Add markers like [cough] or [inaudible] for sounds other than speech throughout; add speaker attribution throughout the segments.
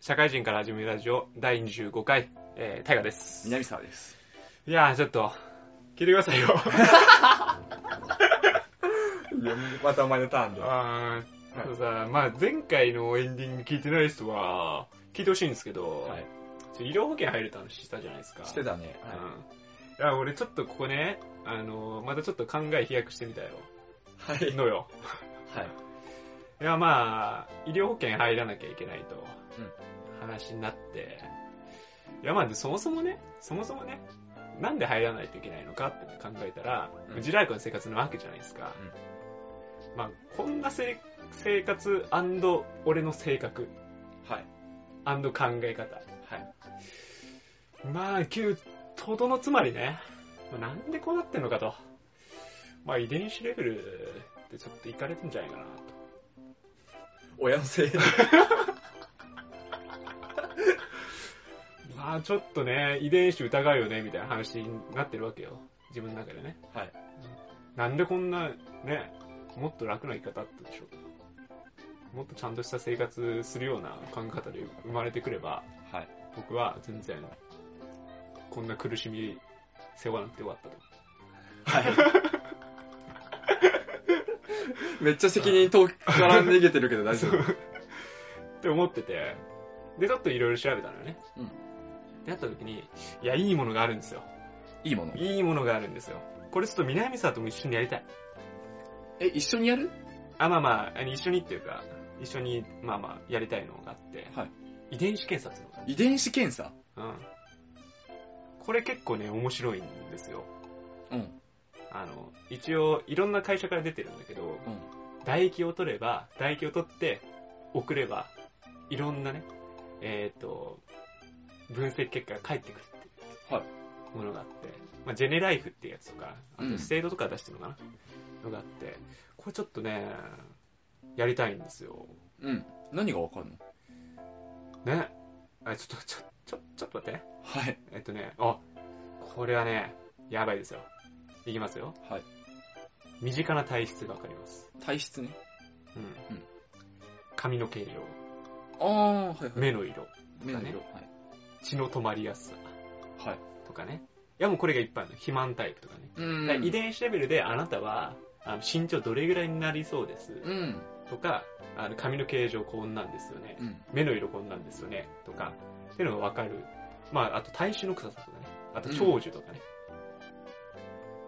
Speaker 1: 社会人から始めるラジオ第25回、えー、タイガです。
Speaker 2: 南沢です。
Speaker 1: いやー、ちょっと、聞いてくだ
Speaker 2: [laughs]
Speaker 1: さいよ。
Speaker 2: いや、またお前のターンだ。
Speaker 1: あーあとさ、まあ前回のエンディング聞いてない人は、聞いてほしいんですけど、
Speaker 2: はい。
Speaker 1: ちょ医療保険入るって話したじゃないですか。
Speaker 2: してたね。は
Speaker 1: うん。いや、俺ちょっとここね、あの、またちょっと考え飛躍してみたよ。
Speaker 2: い。はい。
Speaker 1: のよ。
Speaker 2: はい。
Speaker 1: いや、まあ、医療保険入らなきゃいけないと
Speaker 2: うん、
Speaker 1: 話になって、いや、まあ、そもそもね、そもそもね、なんで入らないといけないのかって考えたら、
Speaker 2: うん
Speaker 1: うちらの生活なわけじゃないですか。まあ、こんなせ生活俺の性格
Speaker 2: はい。
Speaker 1: 考え方。
Speaker 2: はい。
Speaker 1: まあ、旧、とどのつまりね、まあなんでこうなってんのかと。まあ、遺伝子レベルってちょっといかれてんじゃないかなと。
Speaker 2: 親のせい。
Speaker 1: まあ、ちょっとね、遺伝子疑うよね、みたいな話になってるわけよ。自分の中でね。
Speaker 2: はい。
Speaker 1: なんでこんな、ね、もっと楽な生き方あったでしょもっとちゃんとした生活するような考え方で生まれてくれば、
Speaker 2: はい。
Speaker 1: 僕は全然、こんな苦しみ背負わなくてよかったと。
Speaker 2: [laughs] めっちゃ責任遠くから逃げてるけど大丈夫。 [laughs]
Speaker 1: って思ってて、で、ちょっといろいろ調べたのよね。
Speaker 2: うん
Speaker 1: で、やった時に、いや、いいものがあるんですよ。
Speaker 2: いいもの。
Speaker 1: いいものがあるんですよ。これちょっと南沢とも一緒にやりたい。
Speaker 2: え、一緒にやる
Speaker 1: あ、まあまあ、あの一緒にっていうか、一緒に、まあまあ、やりたいのがあって、
Speaker 2: はい
Speaker 1: 遺伝子検査っていうの
Speaker 2: 遺伝子検査
Speaker 1: があるうん。これ結構ね、面白いんですよ。
Speaker 2: うん。
Speaker 1: あの、一応、いろんな会社から出てるんだけど、唾液を取れば、唾液を取って、送れば、いろんなね、えっ、と、分析結果が返ってくるって、。
Speaker 2: はい
Speaker 1: ものがあって、まあ、ジェネライフってやつとか、あ
Speaker 2: うん
Speaker 1: と、ステードとか出してるのかな、のがあって、これちょっとね、やりたいんですよ。
Speaker 2: うん。うん。何がわかるの
Speaker 1: ね。あ、ちょっと、ちょ、ちょ、ちょっと待って。
Speaker 2: はい。
Speaker 1: えっとね、あ、これはね、やばいですよ。いきますよ。
Speaker 2: はい。
Speaker 1: 身近な体質がわかります。
Speaker 2: 体質ね。
Speaker 1: うん。
Speaker 2: うん
Speaker 1: 髪の形状、
Speaker 2: ああ、はいはい。
Speaker 1: 目の色、
Speaker 2: 目の色。
Speaker 1: ね
Speaker 2: はい。
Speaker 1: 血の止まりやすさ
Speaker 2: はい。
Speaker 1: とかね。いやもうこれが一般の肥満タイプとかね。
Speaker 2: う
Speaker 1: だから遺
Speaker 2: ん。
Speaker 1: 伝子レベルであなたは、あの身長どれぐらいになりそうです
Speaker 2: うん。
Speaker 1: とか、あの髪の形状こんなんですよね。
Speaker 2: うん。
Speaker 1: 目の色こんなんですよねとかっていうのがわかる。まあ、あと体臭の臭さとかね。あと長寿とかね。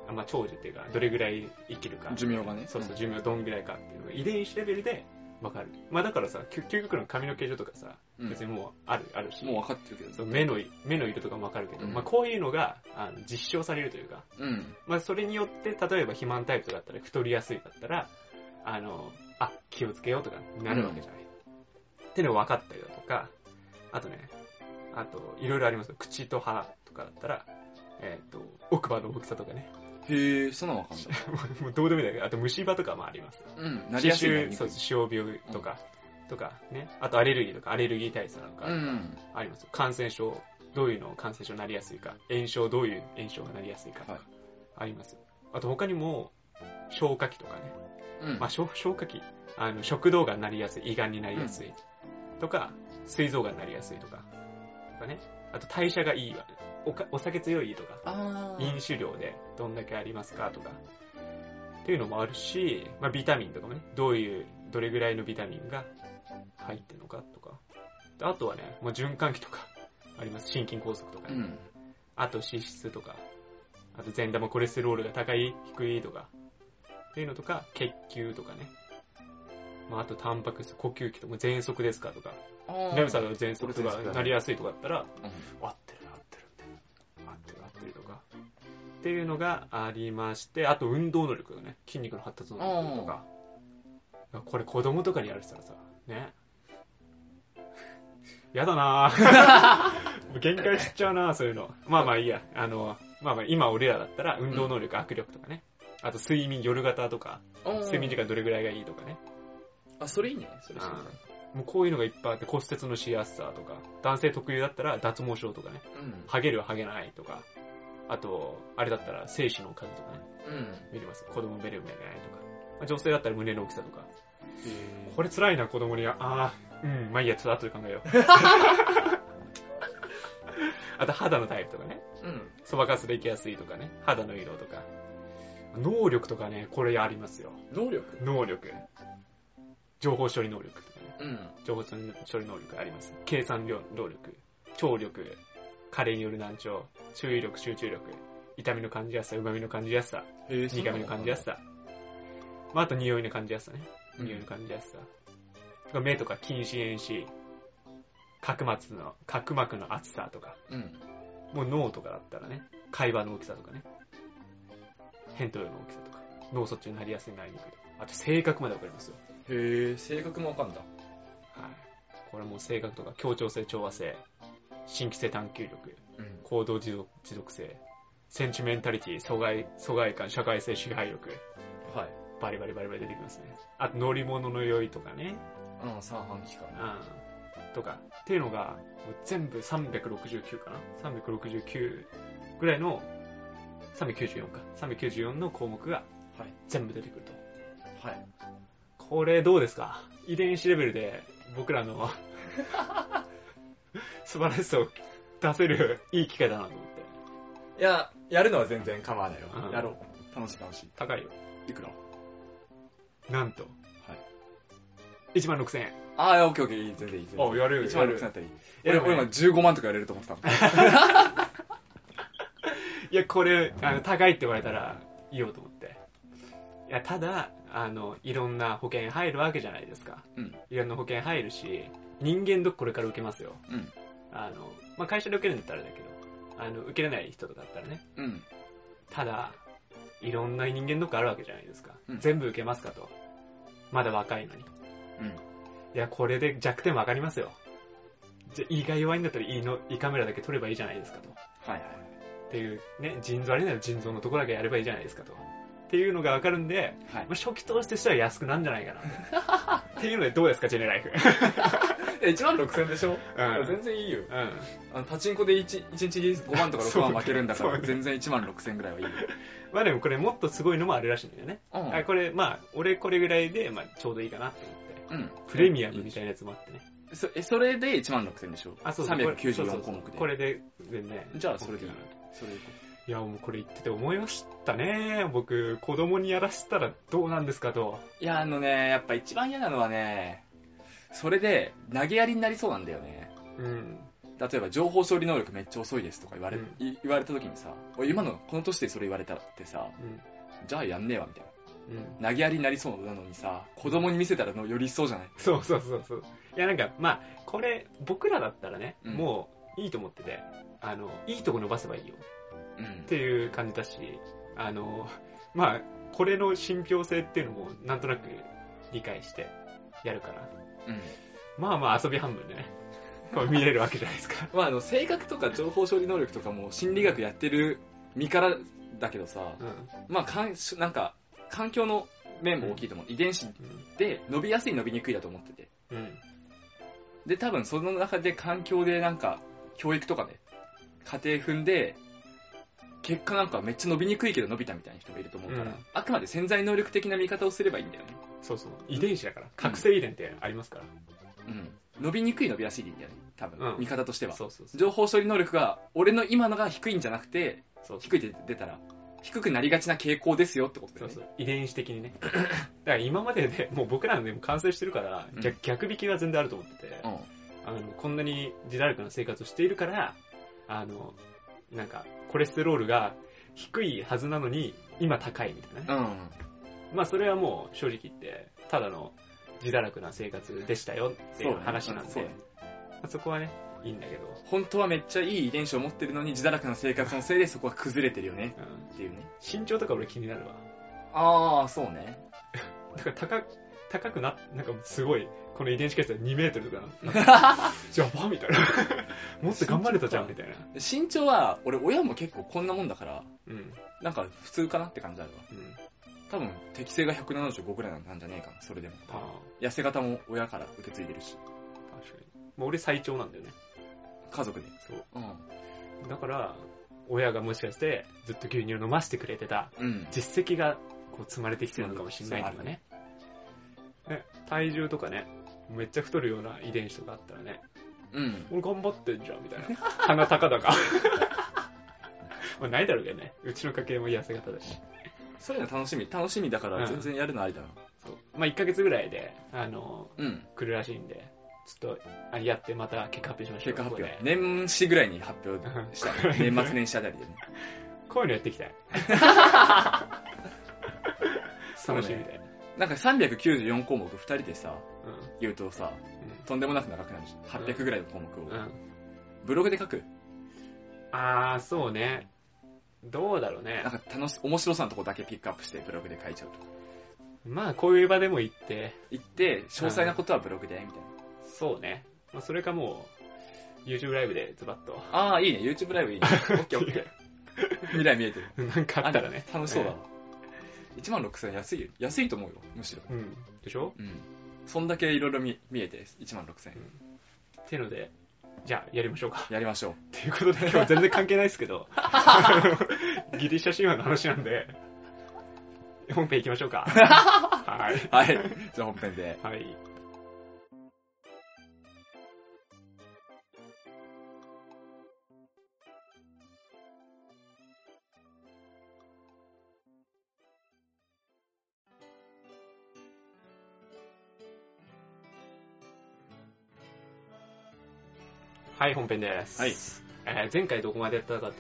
Speaker 1: あまあ、長寿っていうか、どれぐらい生きるか。
Speaker 2: 寿命がね
Speaker 1: そうそうう、
Speaker 2: ん
Speaker 1: 寿命どんぐらいかっていうのが遺伝子レベルでわかる。まあ、だからさ、究究極の髪の毛状とかさ、
Speaker 2: うん
Speaker 1: 別にもうある、あるし。
Speaker 2: もう分かってるけど。
Speaker 1: そう目の目の色とかもわかるけど、
Speaker 2: うん
Speaker 1: まあ、こういうのがあの実証されるというか、
Speaker 2: うん。
Speaker 1: まあ、それによって例えば肥満タイプとかだったら太りやすいだったらあのあ気をつけようとかなるわけじゃない、っていうのが分かったりだとかあとねあといろいろありますよ口と歯とかだったら、えっと奥歯の大きさとかね [laughs]
Speaker 2: へえ、そんなんわかんない。
Speaker 1: もうどうでもいいんだけどあと虫歯とかもあります
Speaker 2: うん。なりやすいね
Speaker 1: 歯周そうです傷病とか、とかねあとアレルギーとかアレルギー対策とか、
Speaker 2: うん。
Speaker 1: ありますよ感染症、どういうの感染症になりやすいか、炎症、どういう炎症がなりやすいかと
Speaker 2: はい
Speaker 1: か、ありますよ。あと他にも、消化器とかね。
Speaker 2: うん
Speaker 1: まあ、。消消化器。あの、食道がんになりやすい、胃がんになりやすい。とか、膵臓がんになりやすいとか。とかね。あと代謝がいいわ。おかお酒強いとか。
Speaker 2: あー
Speaker 1: 飲酒量でどんだけありますかとか。っていうのもあるし、まあ、ビタミンとかもね、どういう、どれぐらいのビタミンが入ってるのかとか。であとはね、もう循環器とかあります。心筋梗塞とか
Speaker 2: う
Speaker 1: ね、
Speaker 2: ん。
Speaker 1: あと脂質とか。あと善玉コレステロールが高い、低いとか。っていうのとか、血球とかね。まあ、あとタンパク質、呼吸器とか、喘息ですかとか。
Speaker 2: あ
Speaker 1: レム
Speaker 2: ー
Speaker 1: さんが喘息とかなりやすいとかだったら、
Speaker 2: うん
Speaker 1: 合ってる合ってるみたいな合ってる合ってるとかっていうのがありましてあと運動能力がね筋肉の発達能力とかこれ子供とかにやるしたらさね [laughs] やだ
Speaker 2: [laughs]
Speaker 1: なぁ限界知っちゃうなぁそういうのまあまあいいやあのまあまあ今俺らだったら運動能力、握力とかねあと睡眠夜型とか
Speaker 2: うん
Speaker 1: 睡眠時間どれぐらいがいいとかね
Speaker 2: あ、それいいね。それ知りたい
Speaker 1: もうこういうのがいっぱいあって骨折のしやすさとか男性特有だったら脱毛症とかねハゲるハゲないとか、あと、あれだったら精子の数とかね、
Speaker 2: うん。うん。
Speaker 1: 見れます。子供ベレベレないとか。まあ女性だったら胸の大きさとか。
Speaker 2: こ
Speaker 1: これ辛いな、子供に。ああー、うん、まあいいや、ちょっと後で考えよう。あと、肌のタイプとかね。
Speaker 2: うん。
Speaker 1: そばかすできやすいとかね。肌の色とか。能力とかね、これありますよ。
Speaker 2: 能力
Speaker 1: 能力。情報処理能力とかね。
Speaker 2: うん。
Speaker 1: 情報処理能力あります。計算量能力。聴力。加齢による難聴。注意力、集中力。痛みの感じやすさ、旨味の感じやすさ。
Speaker 2: へえ、
Speaker 1: 苦味の感じやすさ。まあ、あと匂いの感じやすさね。
Speaker 2: うん
Speaker 1: 匂いの感じやすさ。目とか近視遠視。角膜の、角膜の厚さとか。
Speaker 2: うん。
Speaker 1: もう脳とかだったらね。海馬の大きさとかね。扁桃葉の大きさとか。脳卒中になりやすい、なりにくいとか。あと性格までわかりますよ。
Speaker 2: へえ、性格もわかんだ。
Speaker 1: はい。これもう性格とか協調性、調和性、新規性探求力、
Speaker 2: うん。
Speaker 1: 行動持続持続性、センチメンタリティ、疎外、疎外感、社会性、支配力、
Speaker 2: はい。
Speaker 1: バリバリバリバリ出てきますね。あと乗り物の酔いとかね、
Speaker 2: うん、三半期か
Speaker 1: う
Speaker 2: な。
Speaker 1: ん、とか、っていうのが、もう全部369かな ?369 ぐらいの、394か。394の項目が
Speaker 2: はい。
Speaker 1: 全部出てくると。
Speaker 2: はい。
Speaker 1: これどうですか遺伝子レベルで僕ら
Speaker 2: [laughs]
Speaker 1: の素晴らしさを出せるいい機会だなと思って。
Speaker 2: いや、やるのは全然構わないよ
Speaker 1: うん。
Speaker 2: やろう。楽しい楽し
Speaker 1: 高いよ。
Speaker 2: い。いくらはい。
Speaker 1: なんと、1万6000円。
Speaker 2: ああ、オッケーオッケー、いい、全然いい。全然いい
Speaker 1: おやるよ
Speaker 2: 1万6000だったらいい。
Speaker 1: や
Speaker 2: 俺、
Speaker 1: るよ
Speaker 2: 俺今15万とかやれると思 [laughs] ってたもん。
Speaker 1: いや、これ、あの、高いって言われたら言おうと思って。いや、ただ、あの、いろんな保険入るわけじゃないですか。
Speaker 2: うん。
Speaker 1: いろんな保険入るし、人間ドックこれから受けますよ。
Speaker 2: うん。
Speaker 1: あの、まあ、会社で受けるんだったらあれだけど、あの、受けれない人とかだったらね、
Speaker 2: うん。
Speaker 1: ただ、いろんな人間ドックあるわけじゃないですか。
Speaker 2: うん
Speaker 1: 全部受けますかと。まだ若いのに。
Speaker 2: うん。
Speaker 1: いや、これで弱点わかりますよ。じゃ、胃が弱いんだったら胃の、胃カメラだけ取ればいいじゃないですかと。
Speaker 2: はいはい。
Speaker 1: っていう、ね、腎臓あれなら腎臓のとこだけやればいいじゃないですかと。っていうのがわかるんで、ま
Speaker 2: は
Speaker 1: あ、初期投資としては安くなんじゃないかな。
Speaker 2: [laughs]
Speaker 1: っていうのでどうですか、ジェネライフ。
Speaker 2: い。1万6000でしょ
Speaker 1: [laughs] うん。
Speaker 2: 全然いいよ。
Speaker 1: うん。
Speaker 2: あのパチンコで 1, 一日5万とか6万負けるんだか
Speaker 1: そう
Speaker 2: ら、
Speaker 1: ね
Speaker 2: 全然1万6000ぐらいはいいよ。
Speaker 1: まあでもこれもっとすごいのもあるらしいんだよね。
Speaker 2: う
Speaker 1: あこれ、まあ、俺これぐらいで、まあ、ちょうどいいかなと思って。
Speaker 2: うん。
Speaker 1: プレミアムみたいなやつもあってね。
Speaker 2: そえそれで1万6000でしょ
Speaker 1: あ、そうそう。
Speaker 2: 394項目で。
Speaker 1: これで、でね。
Speaker 2: じゃあそれでい
Speaker 1: い。
Speaker 2: いそれでいこ
Speaker 1: いや、もうこれ言ってて思いましたね。僕、子供にやらせたらどうなんですかと。
Speaker 2: ういや、あのね、やっぱ一番嫌なのはね、それで投げやりになりそうなんだよね。
Speaker 1: うん。
Speaker 2: 例えば、情報処理能力めっちゃ遅いですとか言われ,、
Speaker 1: うん
Speaker 2: い言われた時にさ、おい今のこの年でそれ言われたってさ、
Speaker 1: うん。
Speaker 2: じゃあやんねえわみたい
Speaker 1: うん。
Speaker 2: な。投げやりになりそうなのにさ、子供に見せたらのより一層じゃない
Speaker 1: そうそうそうそう。いや、なんか、まあ、これ、僕らだったらね、
Speaker 2: うん
Speaker 1: もう、いいと思ってて、あの、いいとこ伸ばせばいいよ。
Speaker 2: うん
Speaker 1: っていう感じだし、あの、まあ、これの信憑性っていうのも、なんとなく理解してやるから。
Speaker 2: うん。
Speaker 1: まあまあ、遊び半分でね、こう見れるわけじゃないです
Speaker 2: [laughs]
Speaker 1: か。
Speaker 2: まあ、あの、性格とか情報処理能力とかも心理学やってる身からだけどさ、
Speaker 1: うん。
Speaker 2: まあ、かん、しなんか、環境の面も大きいと思う。遺伝子で伸びやすい伸びにくいだと思ってて。
Speaker 1: うん。うん。
Speaker 2: で、多分その中で環境でなんか、教育とかで、家庭踏んで、結果なんかめっちゃ伸びにくいけど伸びたみたいな人もいると思うから、
Speaker 1: うん
Speaker 2: あくまで潜在能力的な見方をすればいいんだよね。
Speaker 1: そうそう。遺伝子だから。覚醒遺伝ってありますから。
Speaker 2: うん。伸びにくい伸びやすいでいいんだよね。多分、
Speaker 1: うん
Speaker 2: 見方としては。
Speaker 1: そうそうそう。
Speaker 2: 情報処理能力が、俺の今のが低いんじゃなくて、
Speaker 1: そうそう
Speaker 2: 低いって出たら、低くなりがちな傾向ですよってことだ
Speaker 1: そ
Speaker 2: よ
Speaker 1: う
Speaker 2: ね。
Speaker 1: そう遺伝子的にね。だから今まで [laughs] で、もう僕らのでも完成してるから、
Speaker 2: うん
Speaker 1: 逆逆引きが全然あると思ってて、あ
Speaker 2: うん
Speaker 1: のこんなに自堕落な生活をしているから、あの、なんか、コレステロールが低いはずなのに、今高いみたいなね。
Speaker 2: うん。
Speaker 1: まあそれはもう正直言って、ただの自堕落な生活でしたよっていう話なんで、
Speaker 2: そうだね
Speaker 1: まあそこはね、いいんだけど、
Speaker 2: 本当はめっちゃいい遺伝子を持ってるのに自堕落な生活のせいでそこは崩れてるよね
Speaker 1: うん
Speaker 2: っていうね。
Speaker 1: 身長とか俺気になるわ。
Speaker 2: ああ、そうね。
Speaker 1: だから高く、高くな、なんかすごい、この遺伝子検査2メートルとか [laughs] な。やばみたい [laughs] な。もっと頑張れたじゃんみたいな。
Speaker 2: 身長は、俺親も結構こんなもんだから、
Speaker 1: うん。
Speaker 2: なんか普通かなって感じあるわ。
Speaker 1: うん。
Speaker 2: 多分適性が175ぐらいなんじゃねえかな、それでも。
Speaker 1: あ
Speaker 2: 痩せ方も親から受け継いでるし、
Speaker 1: あ、確かに。もう俺最長なんだよね。
Speaker 2: 家族で。
Speaker 1: そう。
Speaker 2: うん。
Speaker 1: だから、親がもしかしてずっと牛乳を飲ませてくれてた
Speaker 2: うん。
Speaker 1: 実績がこう積まれてきてるのかもしれないとかね。ね体重とかね、めっちゃ太るような遺伝子とかあったらね、
Speaker 2: うん。
Speaker 1: 俺頑張ってんじゃん、みたいな。鼻高 [laughs] 々。まあ、ないだろうけどね。うちの家系も痩せ型だし。
Speaker 2: そういうの楽しみ。楽しみだから全然やるのありだな。
Speaker 1: そう。まあ、1ヶ月ぐらいで、あの、
Speaker 2: うん。
Speaker 1: 来るらしいんで、ちょっと、あやってまた結果発表しましょう。
Speaker 2: 結果
Speaker 1: こ
Speaker 2: 発表
Speaker 1: こ。で
Speaker 2: 年始ぐらいに発表したい
Speaker 1: [laughs] うん
Speaker 2: 年末年始あたりでね。
Speaker 1: こういうのやっていきた
Speaker 2: [laughs]
Speaker 1: い。
Speaker 2: そうね
Speaker 1: 楽しみで。
Speaker 2: なんか394項目2人でさ、
Speaker 1: う
Speaker 2: 言うとさ、
Speaker 1: ん
Speaker 2: とんでもなく長くなるじゃん。800ぐらいの項目
Speaker 1: うん。う
Speaker 2: を。
Speaker 1: ん。
Speaker 2: ブログで書く。
Speaker 1: あー、そうね。どうだろうね
Speaker 2: なん。か楽し、面白さのとこだけピックアップしてブログで書いちゃうとか。
Speaker 1: まあ、こういう場でも行って、
Speaker 2: 言って、詳細なことはブログで、みたいな。
Speaker 1: そうね。まあ、それかもう、YouTube ライブでズバッと。 [laughs]
Speaker 2: ああ、いいね。YouTube ライブいいね。オッケーオッケー。未来見えてる。
Speaker 1: なんかあったらね。
Speaker 2: 楽しそうだわ。1万6000円安いよ。安いと思うよ、むしろ。
Speaker 1: うん。でしょ
Speaker 2: うん。そんだけいろいろ見見えて、1万6000円。
Speaker 1: ってので、じゃあやりましょうか。
Speaker 2: やりましょう。
Speaker 1: ということで、今日全然関係ないですけど、 [laughs] ギリシャ神話の話なんで、本編行きましょうか。はい。
Speaker 2: はい。じゃあ本編で。
Speaker 1: はい。はい、本編です。
Speaker 2: はい
Speaker 1: えー前回どこまでやったかと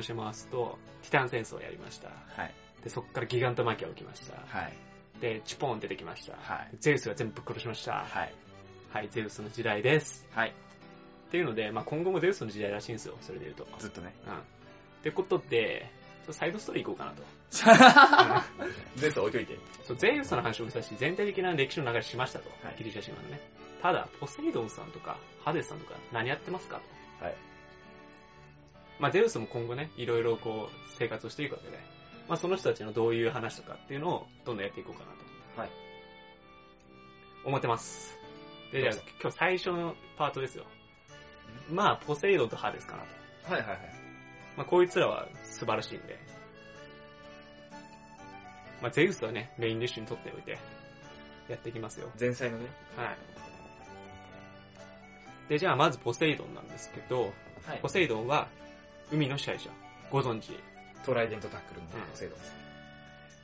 Speaker 1: 申しますと、ティタン戦争をやりました。
Speaker 2: はい。
Speaker 1: で、そこからギガントマキア起きました。
Speaker 2: はい。
Speaker 1: で、チュポーン出てきました。
Speaker 2: はい。
Speaker 1: ゼウスが全部ぶっ殺しました。
Speaker 2: はい。
Speaker 1: はい、ゼウスの時代です。
Speaker 2: はい。
Speaker 1: っていうので、まあ、今後もゼウスの時代らしいんですよ、それで言うと。
Speaker 2: ずっとね。
Speaker 1: うん。ってことで、ちょっとサイドストーリー行こうか
Speaker 2: [laughs]
Speaker 1: なと。
Speaker 2: 全部置いといて。
Speaker 1: そうゼウスの話をしたし、全体的な歴史の流れしましたと、
Speaker 2: はい
Speaker 1: ギリシャ神話のね。ただ、ポセイドンさんとか、ハデスさんとか、何やってますかと。
Speaker 2: はい。
Speaker 1: まあ、ゼウスも今後ね、いろいろこう、生活をしていくわけで、まあ、その人たちのどういう話とかっていうのを、どんどんやっていこうかなと。
Speaker 2: はい。
Speaker 1: 思ってます。で、じゃ
Speaker 2: どう
Speaker 1: あ
Speaker 2: ぞ、
Speaker 1: 今日最初のパートですよ。まあ、ポセイドンとハデスかなと。
Speaker 2: はいはいはい。
Speaker 1: まあ、こいつらは素晴らしいんで。まあ、ゼウスはね、メインディッシュに取っておいて、やっていきますよ。
Speaker 2: 前菜のね。
Speaker 1: はい。で、じゃあまずポセイドンなんですけど、
Speaker 2: はい
Speaker 1: ポセイドンは海の支配者。ご存知。
Speaker 2: トライデントタックルの
Speaker 1: うん
Speaker 2: 制度。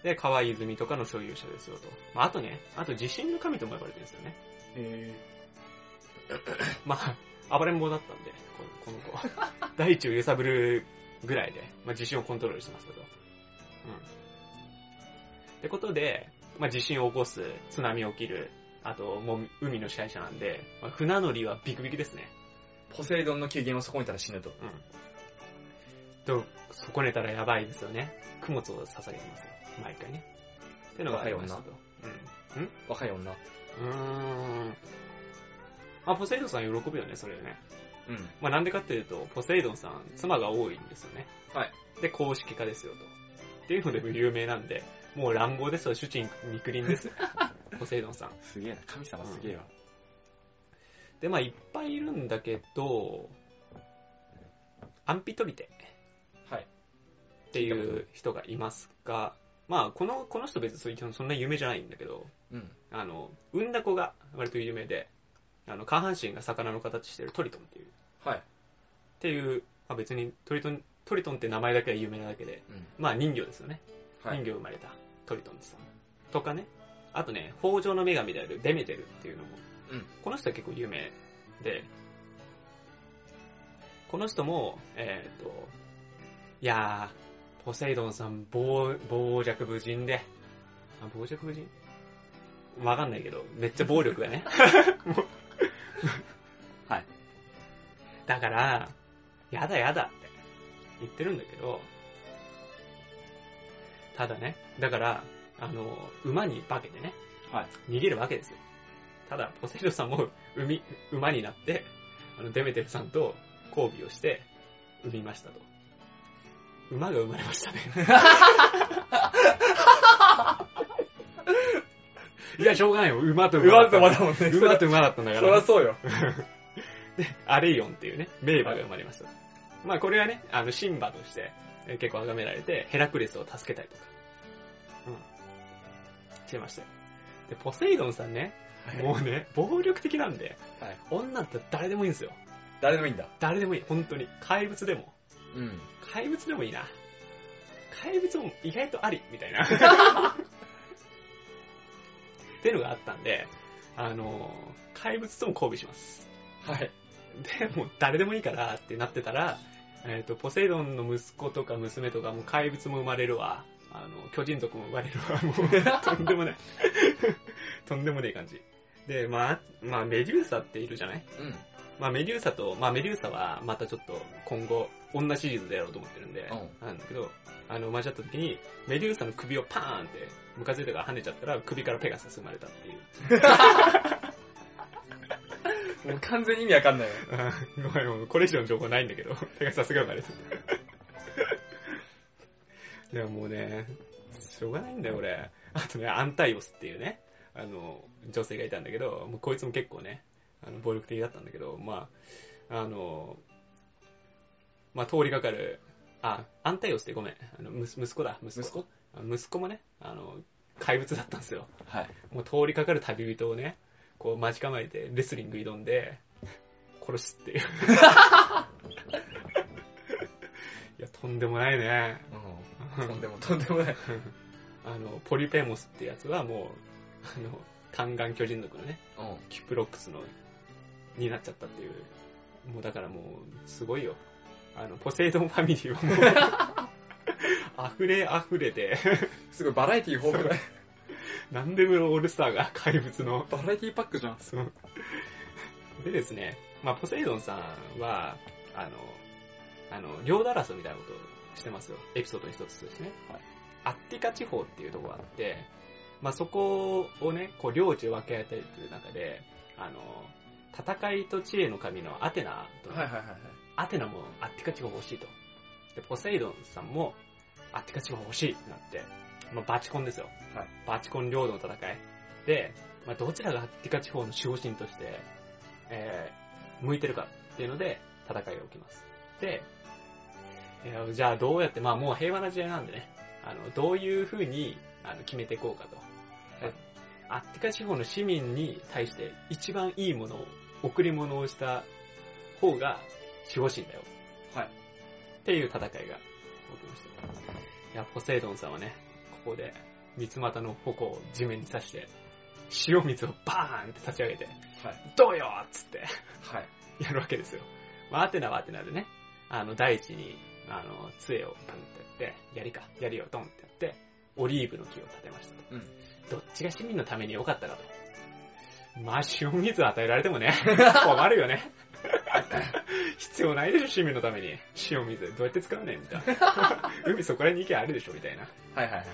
Speaker 1: で、川泉とかの所有者ですよと。まあ、あとね、あと地震の神とも呼ばれてるんですよね。
Speaker 2: へ
Speaker 1: まあ、暴れん坊だったんで、このこの子は。大地を揺さぶるぐらいで、まあ、地震をコントロールしてましたと。うん。ってことで、まあ、地震を起こす、津波起きる、あと、もう海の支配者なんで、まあ、船乗りはビクビクですね。
Speaker 2: ポセイドンの起源をそこにいたら死ぬと。
Speaker 1: うん。と、損ねたらやばいですよね。供物を捧げてますよ。毎回ね。ってのがありましたと。うん。ん
Speaker 2: 若い女。
Speaker 1: うーん。まあ、ポセイドンさん喜ぶよね、それね。
Speaker 2: うん。
Speaker 1: まあ、なんでかっていうと、ポセイドンさん、妻が多いんですよね。
Speaker 2: はい。
Speaker 1: で、公式化ですよと。っていうのでも有名なんで、もう乱暴ですよ、主人肉林
Speaker 2: [laughs]
Speaker 1: ですよ。ポセイドンさん。
Speaker 2: すげえな。神様すげえわ。
Speaker 1: で、まあ、いっぱいいるんだけど、アンピトリテ
Speaker 2: はい。
Speaker 1: っていう人がいますが、まあ、この、この人別にそんな有名じゃないんだけど、
Speaker 2: うん。
Speaker 1: あの、産んだ子が割と有名で、あの、下半身が魚の形してるトリトンっていう、っ
Speaker 2: はい。
Speaker 1: ていう、まあ別にトリトン、トリトンって名前だけは有名なだけで、
Speaker 2: うん。
Speaker 1: まあ人魚ですよね。
Speaker 2: はい
Speaker 1: 人。魚生まれたトリトンさんとかねあとね豊穣の女神であるデメテルっていうのも、
Speaker 2: うん
Speaker 1: この人は結構有名でこの人もえっ、といやーポセイドンさん傍傍若無人であ傍若無人わかんないけどめっちゃ暴力がねもう
Speaker 2: [laughs] はい
Speaker 1: だからやだやだって言ってるんだけどただね、だから、あの、馬に化けてね、
Speaker 2: はい
Speaker 1: 逃げるわけですよ。ただ、ポセイドンさんも海、馬になって、あの、デメテルさんと交尾をして、産みましたと。馬が生まれました [laughs] ね。いや、しょうがないよ。馬と
Speaker 2: う
Speaker 1: 馬だ
Speaker 2: わ
Speaker 1: っ。
Speaker 2: ったとまだもんね。
Speaker 1: 馬と馬だったんだか
Speaker 2: そ
Speaker 1: ら。
Speaker 2: りゃそうよ。
Speaker 1: で、アレイオンっていうね、名馬が生まれました。まあこれはね、あの、シンバとしてえー結構崇められて、ヘラクレスを助けたりとか、うん、してましたよ。で、ポセイドンさんね、もうね、暴力的なんで、
Speaker 2: はい
Speaker 1: 女って誰でもいいんですよ。
Speaker 2: 誰でもいいんだ。
Speaker 1: 誰でもいい、本当に。怪物でも。
Speaker 2: うん。
Speaker 1: 怪物でもいいな。怪物も意外とあり、み
Speaker 2: [laughs]
Speaker 1: たいな。っていうのがあったんで、あの、怪物とも交尾します。
Speaker 2: はい。
Speaker 1: で、もう誰でもいいからってなってたら、えっ、と、ポセイドンの息子とか娘とかもう怪物も生まれるわ。あの、巨人族も生まれる
Speaker 2: [laughs]
Speaker 1: わ。もう、とんでもない。とんでもない感じ。で、まあ、まあ、メデューサっているじゃない
Speaker 2: うん。
Speaker 1: まあ、メデューサと、まあ、メデューサはまたちょっと今後、女シリーズでやろうと思ってるんで、
Speaker 2: う
Speaker 1: なんだけど、あの、交わった時に、メデューサの首をパーンって、ムカついたから跳ねちゃったら、首からペガサス生まれたっていう。
Speaker 2: もう完全に意味わかんないよ。
Speaker 1: あごめん、もうこれ以上の情報ないんだけど、 [laughs] ペガサスが生まれた。いや、もうね、しょうがないんだよ、俺。あとね、アンタイオスっていうね、あの、女性がいたんだけど、もうこいつも結構ね、あの暴力的だったんだけど、まあ、あの、まあ、通りがかる、あ、アンタイオスってごめん、あのむ息子だ、息子。
Speaker 2: 息子
Speaker 1: あ息子もね、あの、怪物だったんですよ。
Speaker 2: はい。
Speaker 1: もう通りかかる旅人をね、こう待ち構えてレスリング挑んで、殺すっていう。いや、とんでもないね。
Speaker 2: うん。とんでもとんでもない。
Speaker 1: あの、ポリペモスってやつはもう、あの、単眼巨人族のね、
Speaker 2: うん。
Speaker 1: キプロックスの、になっちゃったっていう。もうだからもう、すごいよ。あの、ポセイドンファミリーは [laughs] もう、溢れ溢れて、
Speaker 2: すごいバラエティ豊富だ。
Speaker 1: なんでもオールスターが怪物の
Speaker 2: [laughs] バラエティパックじゃん。
Speaker 1: そう。でですね、まあ、ポセイドンさんは、あの、あの、領土争いみたいなことをしてますよ。エピソードの一つとしてね。
Speaker 2: はい
Speaker 1: アッティカ地方っていうところがあって、まあ、そこをね、こう、領地を分け与えてるという中で、あの、戦いと知恵の神のアテナとの、
Speaker 2: はいはいはいはい。
Speaker 1: アテナもアッティカ地方欲しいと。で、ポセイドンさんもアッティカ地方欲しいってなって、まあ、バチコンですよ。
Speaker 2: はい
Speaker 1: バチコン領土の戦い。で、まあ、どちらがアッティカ地方の守護神として、えー、向いてるかっていうので、戦いが起きます。で、えーじゃあどうやって、まあもう平和な時代なんでね、あの、どういう風にあの決めていこうかと。
Speaker 2: はい
Speaker 1: アッティカ地方の市民に対して一番いいものを、贈り物をした方が守護神だよ。
Speaker 2: はい。
Speaker 1: っていう戦いが起きました。いや、ポセイドンさんはね、ここで、三つ股の矛を地面に刺して、塩水をバーンって立ち上げて、
Speaker 2: はい。
Speaker 1: どうよっつって、
Speaker 2: は
Speaker 1: [laughs]
Speaker 2: い。
Speaker 1: やるわけですよ。まあ、アテナはアテナでね、あの、大地に、あの、杖をパンってやって、槍か、槍をドンってやって、オリーブの木を立てましたと。
Speaker 2: うん。
Speaker 1: どっちが市民のために良かったかと。まあ、塩水与えられても
Speaker 2: [laughs]
Speaker 1: ね、困るよね。 [laughs] 必要ないでしょ、市民のために。塩水、どうやって使うねんみたいな。
Speaker 2: [laughs]
Speaker 1: 海そこらに行きゃあるでしょ、みたいな。
Speaker 2: はいはいはい。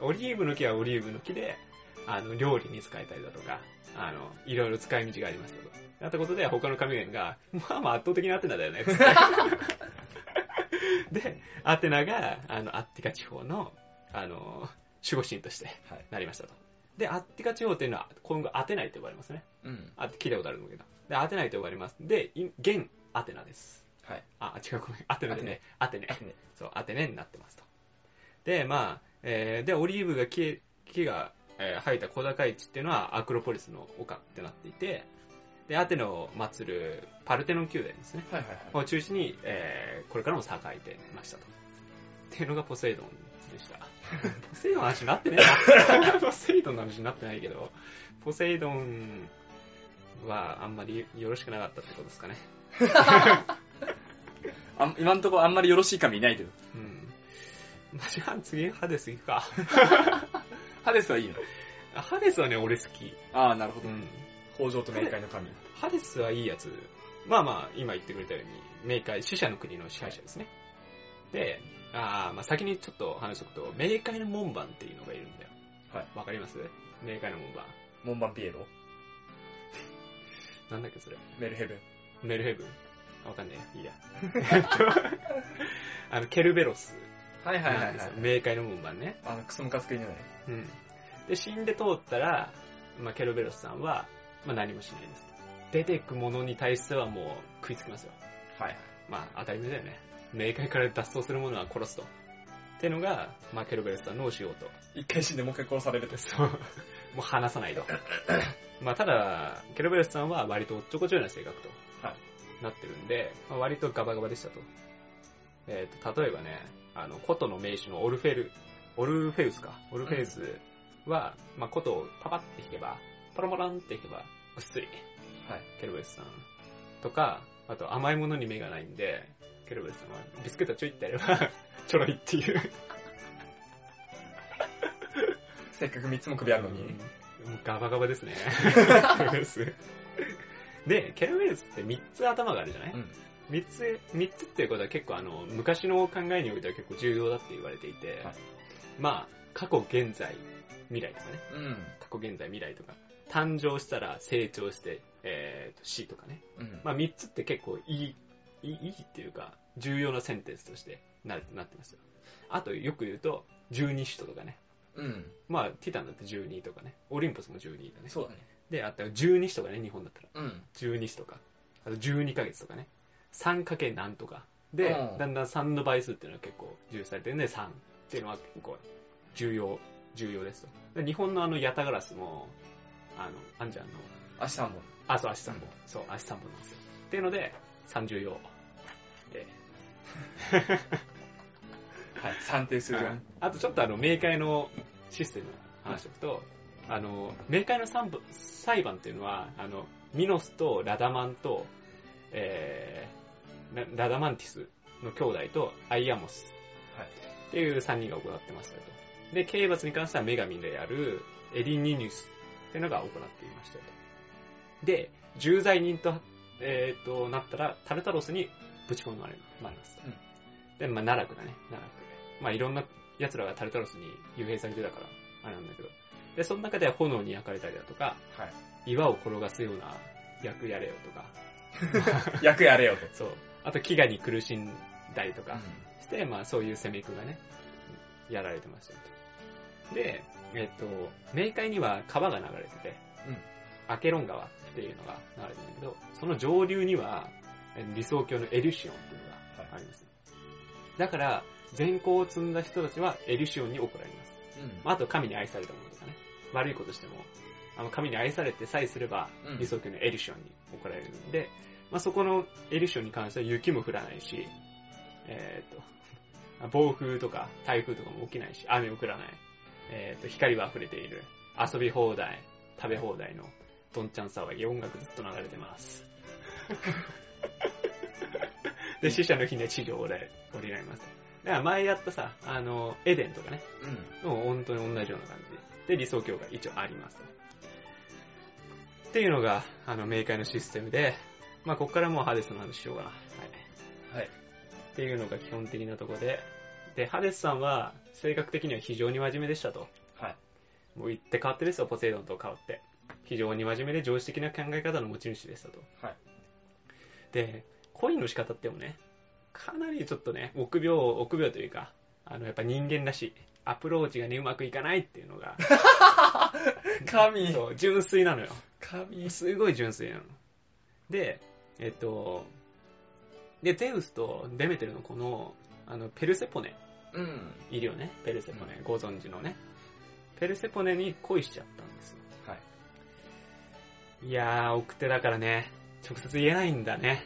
Speaker 1: オリーブの木はオリーブの木で、あの、料理に使えたりだとか、あの、いろいろ使い道がありますよと。なったことで、他の神々が、まあまあ圧倒的なアテナだよね、 [laughs] つって。で、アテナが、あの、アッティカ地方の、あの、守護神として
Speaker 2: はい。
Speaker 1: なりましたと。で、アッティカ地方っていうのは、今後アテナイと呼ばれますね。
Speaker 2: うん。
Speaker 1: あ、聞いたことあるんだけど。で、アテナイと呼ばれます。で、い現アテナです。
Speaker 2: はい。
Speaker 1: あ、違う、ごめん。 [laughs] アテナでね。アテネ。
Speaker 2: アテネ
Speaker 1: そう、アテネになってますと。で、まあ、えーで、オリーブが木木が、えー生えた小高い地っていうのはアクロポリスの丘ってなっていて、で、アテネを祀るパルテノン宮殿ですね。
Speaker 2: はいはいはい。
Speaker 1: を中心に、えーこれからも栄えてましたと。っていうのがポセイドンでした。 [laughs] ポセイドンの話になってねえな。ポ [laughs] セイドンの話になってないけど、ポセイドンはあんまりよろしくなかったってことですかね。
Speaker 2: あん今んとこあんまりよろしい神いないけど。
Speaker 1: うん。 [laughs] まあ、じゃあ次、ハデス行くか。
Speaker 2: ハデスはいいの
Speaker 1: あハデスはね、俺好き。
Speaker 2: ああ、なるほ
Speaker 1: う
Speaker 2: ど。
Speaker 1: ん。
Speaker 2: 北条と冥界の神。
Speaker 1: ハデスはいいやつ。まあまあ、今言ってくれたように、冥界、死者の国の支配者ですね。で、あーまあ先にちょっと話しておくと、冥界の門番っていうのがいるんだよ。
Speaker 2: はい。
Speaker 1: わかります冥界の門番。
Speaker 2: 門番ピエロ。
Speaker 1: なんだっけそれ。
Speaker 2: メルヘブン。
Speaker 1: メルヘブンあわかんね
Speaker 2: [laughs]
Speaker 1: え。いいや。 [laughs] えっとあの、ケルベロス
Speaker 2: はいはい
Speaker 1: な
Speaker 2: は
Speaker 1: んで
Speaker 2: いは
Speaker 1: す
Speaker 2: い
Speaker 1: よ。。冥界の門番ね。
Speaker 2: あの、クソムカつく犬ね。
Speaker 1: うん。で、死んで通ったら、まあ、ケルベロスさんは、まあ、何もしないです。出てくものに対してはもう食いつきますよ。
Speaker 2: はいはい。
Speaker 1: まあ、当たり前だよね。冥界から脱走する者は殺すと。ってのが、まあ、ケルベロスさんのお仕事。
Speaker 2: 一回死んでもう一回殺されると。
Speaker 1: そう。 [laughs] もう話さないと。まあ、ただ、ケルベロスさんは割とおっちょこちょいな性格と、
Speaker 2: はい
Speaker 1: なってるんで、まあ、割とガバガバでしたと。えっ、と、例えばね、あの、琴の名手のオルフェル、オルフェウスか。オルフェウスは、まあ、琴をパパって弾けば、パロモランって弾けば、ぐっすり。
Speaker 2: はい。
Speaker 1: ケルベロスさん。とか、あと甘いものに目がないんで、ケルベロスさんはビスケットちょいってやれば、 [laughs] ちょろいっていう。
Speaker 2: せっかく3つも首あるのに。
Speaker 1: うんもうガバガバですね。ケルベロスで、ケルベロスって3つ頭があるじゃない、
Speaker 2: うん。
Speaker 1: 三 ?3 つ、三つっていうことは結構あの、昔の考えにおいては結構重要だって言われていて、
Speaker 2: はい
Speaker 1: まあ、過去、現在、未来とかね。
Speaker 2: うん。
Speaker 1: 過去、現在、未来とか。誕生したら成長して、えーと、死とかね。
Speaker 2: うん。
Speaker 1: まあ3つって結構いい、いいいいっていうか、重要なセンテンスとしてななってますよ。あとよく言うと、十二使徒とかね。
Speaker 2: うん。
Speaker 1: まあ、ティタンだって12とかね。オリンポスも12だね。
Speaker 2: そうだね。
Speaker 1: で、あと12子とかね、日本だったら。
Speaker 2: うん。
Speaker 1: 12子とか。あと12ヶ月とかね。3かけ何とか。で、
Speaker 2: うん
Speaker 1: だんだん3の倍数っていうのは結構重視されてるんで、3っていうのは結構重要、重要ですと。で日本のあの、ヤタガラスも、あの、アンジャンの、
Speaker 2: 明日も。
Speaker 1: あ、そう、足3本。
Speaker 2: うん
Speaker 1: そう、足3本なんですよ。っていうので、30用。で、
Speaker 2: はい。算定する。
Speaker 1: はいあとちょっとあの、明快のシステムの話しておくと、あの、明快の三部裁判っていうのは、あの、ミノスとラダマンと、えーラ、ラダマンティスの兄弟とアイアモス
Speaker 2: はい
Speaker 1: っていう3人が行ってましたと。で、刑罰に関しては女神でやるエリニニュスっていうのが行っていましたと。で、重罪人と、えー、となったら、タルタロスにぶち込まれます。
Speaker 2: うん
Speaker 1: で、まあ、奈落だね、奈落。まあ、いろんな奴らがタルタロスに幽閉されてたから、あれなんだけど。で、その中では炎に焼かれたりだとか、
Speaker 2: はい。
Speaker 1: 岩を転がすような役やれよとか、
Speaker 2: 役やれよと。
Speaker 1: そう。あと、飢餓に苦しんだりと
Speaker 2: う
Speaker 1: か
Speaker 2: ん、
Speaker 1: して、まあ、そういう攻めくがね、やられてましたよとで、えっと、冥界には川が流れてて、
Speaker 2: うん
Speaker 1: アケロン川っていうのが流れてるんだけど、その上流には、え理想郷のエリュシオンっていうのがあ
Speaker 2: はい。
Speaker 1: ります。だから、善行を積んだ人たちはエリュシオンに怒られます。
Speaker 2: うん
Speaker 1: まああと神に愛されたものとかね。悪いことしても、あの神に愛されてさえすれば
Speaker 2: うん、
Speaker 1: 理想郷のエリションに怒られるんで、まあそこのエリションに関しては雪も降らないし、えーっと、 [laughs] 暴風とか台風とかも起きないし、雨も降らない。えーっと、光は溢れている。遊び放題、食べ放題の、どんちゃん騒ぎ、音楽ずっと流れてます。
Speaker 2: [laughs]
Speaker 1: で、死者の日には地上を降りられます。だから前やったさ、あの、エデンとかね、
Speaker 2: うん。
Speaker 1: もう本当に同じような感じで、理想郷が一応あります。っていうのが、あの、明快のシステムで、まあ、ここからもうハデスの話しようかな。はい。
Speaker 2: はい。
Speaker 1: っていうのが基本的なとこで、で、ハデスさんは、性格的には非常に真面目でしたと。
Speaker 2: はい。
Speaker 1: もう言って変わってですよ、ポセイドンと変わって。非常に真面目で常識的な考え方の持ち主でしたと。
Speaker 2: はい。
Speaker 1: で、恋の仕方ってもね、かなりちょっとね、臆病、臆病というか、あの、やっぱ人間らしい。アプローチがね、うまくいかないっていうのが、
Speaker 2: 神。
Speaker 1: そう、純粋なのよ。
Speaker 2: 神。
Speaker 1: すごい純粋なの。で、えっと、で、ゼウスとデメテルのこの、あの、ペルセポネ、
Speaker 2: うん。
Speaker 1: いるよね、ペルセポネ、ご存知のね。ペルセポネに恋しちゃったんですよ。
Speaker 2: はい。
Speaker 1: いやー、奥手だからね、直接言えないんだね。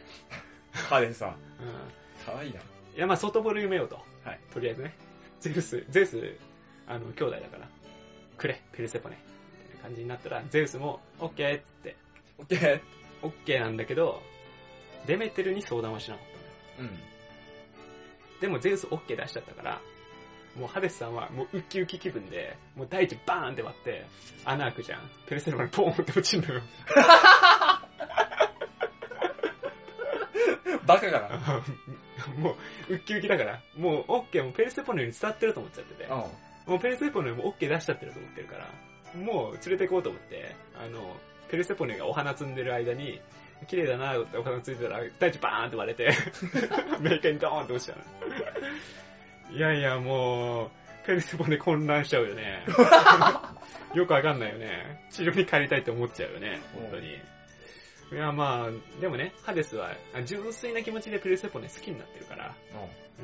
Speaker 2: ハデスさん。
Speaker 1: うん。
Speaker 2: かわいいな。
Speaker 1: いや、まあ、外堀埋めようと。
Speaker 2: はい
Speaker 1: とりあえずね。ゼウス、ゼウス、あの、兄弟だから、くれ、ペルセポネ。みたいな感じになったら、ゼウスも、オッケーって、
Speaker 2: オッケー。
Speaker 1: オッケーなんだけど、デメテルに相談はしなかったのよ
Speaker 2: うん。
Speaker 1: でもゼウスオッケー出しちゃったから、もうハデスさんはもうウッキウキ気分で、もう大地バーンって割って、穴開くじゃん。ペルセポネポーンって落ちるのよ。
Speaker 2: バカかな。
Speaker 1: もう、ウッキウキだから、もうオッケーもペルセポネに伝わってると思っちゃってて。
Speaker 2: うん。
Speaker 1: もうペルセポネも OK 出しちゃってると思ってるから、もう連れて行こうと思って、あの、ペルセポネがお花摘んでる間に、綺麗だなってお花ついてたら、大地バーンって割れて、 [laughs] メーカーにドーンって落ちたの。いやいや、もう、ペルセポネ混乱しちゃうよね。よくわかんないよね。治療に帰りたいって思っちゃうよね、本当に。いや、まあ、でもね、ハデスは、あ純粋な気持ちでペルセポネ好きになってるから、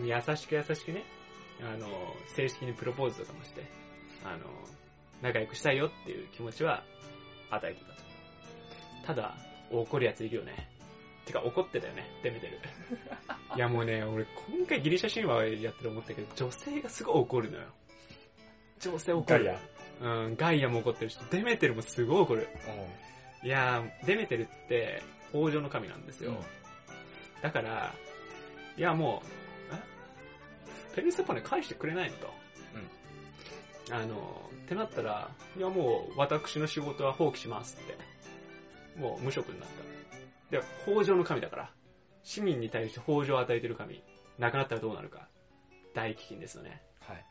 Speaker 1: 優しく優しくね、あの、正式にプロポーズとかもして、あの、仲良くしたいよっていう気持ちは与えてた。ただ、怒るやついるよね。てか怒ってたよね。って見てる。いやもうね、俺今回ギリシャ神話やってる思ったけど、女性がすごい怒るのよ。女性怒
Speaker 2: ガ
Speaker 1: る。
Speaker 2: イア。
Speaker 1: うん、ガイアも怒ってるし、デメテルもすごい怒る。いやー、デメテルって、豊穣の神なんですよ。だから、いやもう、えペルセポネ返してくれないのと。あの、ってなったら、いやもう私の仕事は放棄しますって。もう無職になった。で、法上の神だから。市民に対して法上を与えてる神。なくなったらどうなるか。大飢饉ですよね。
Speaker 2: はい。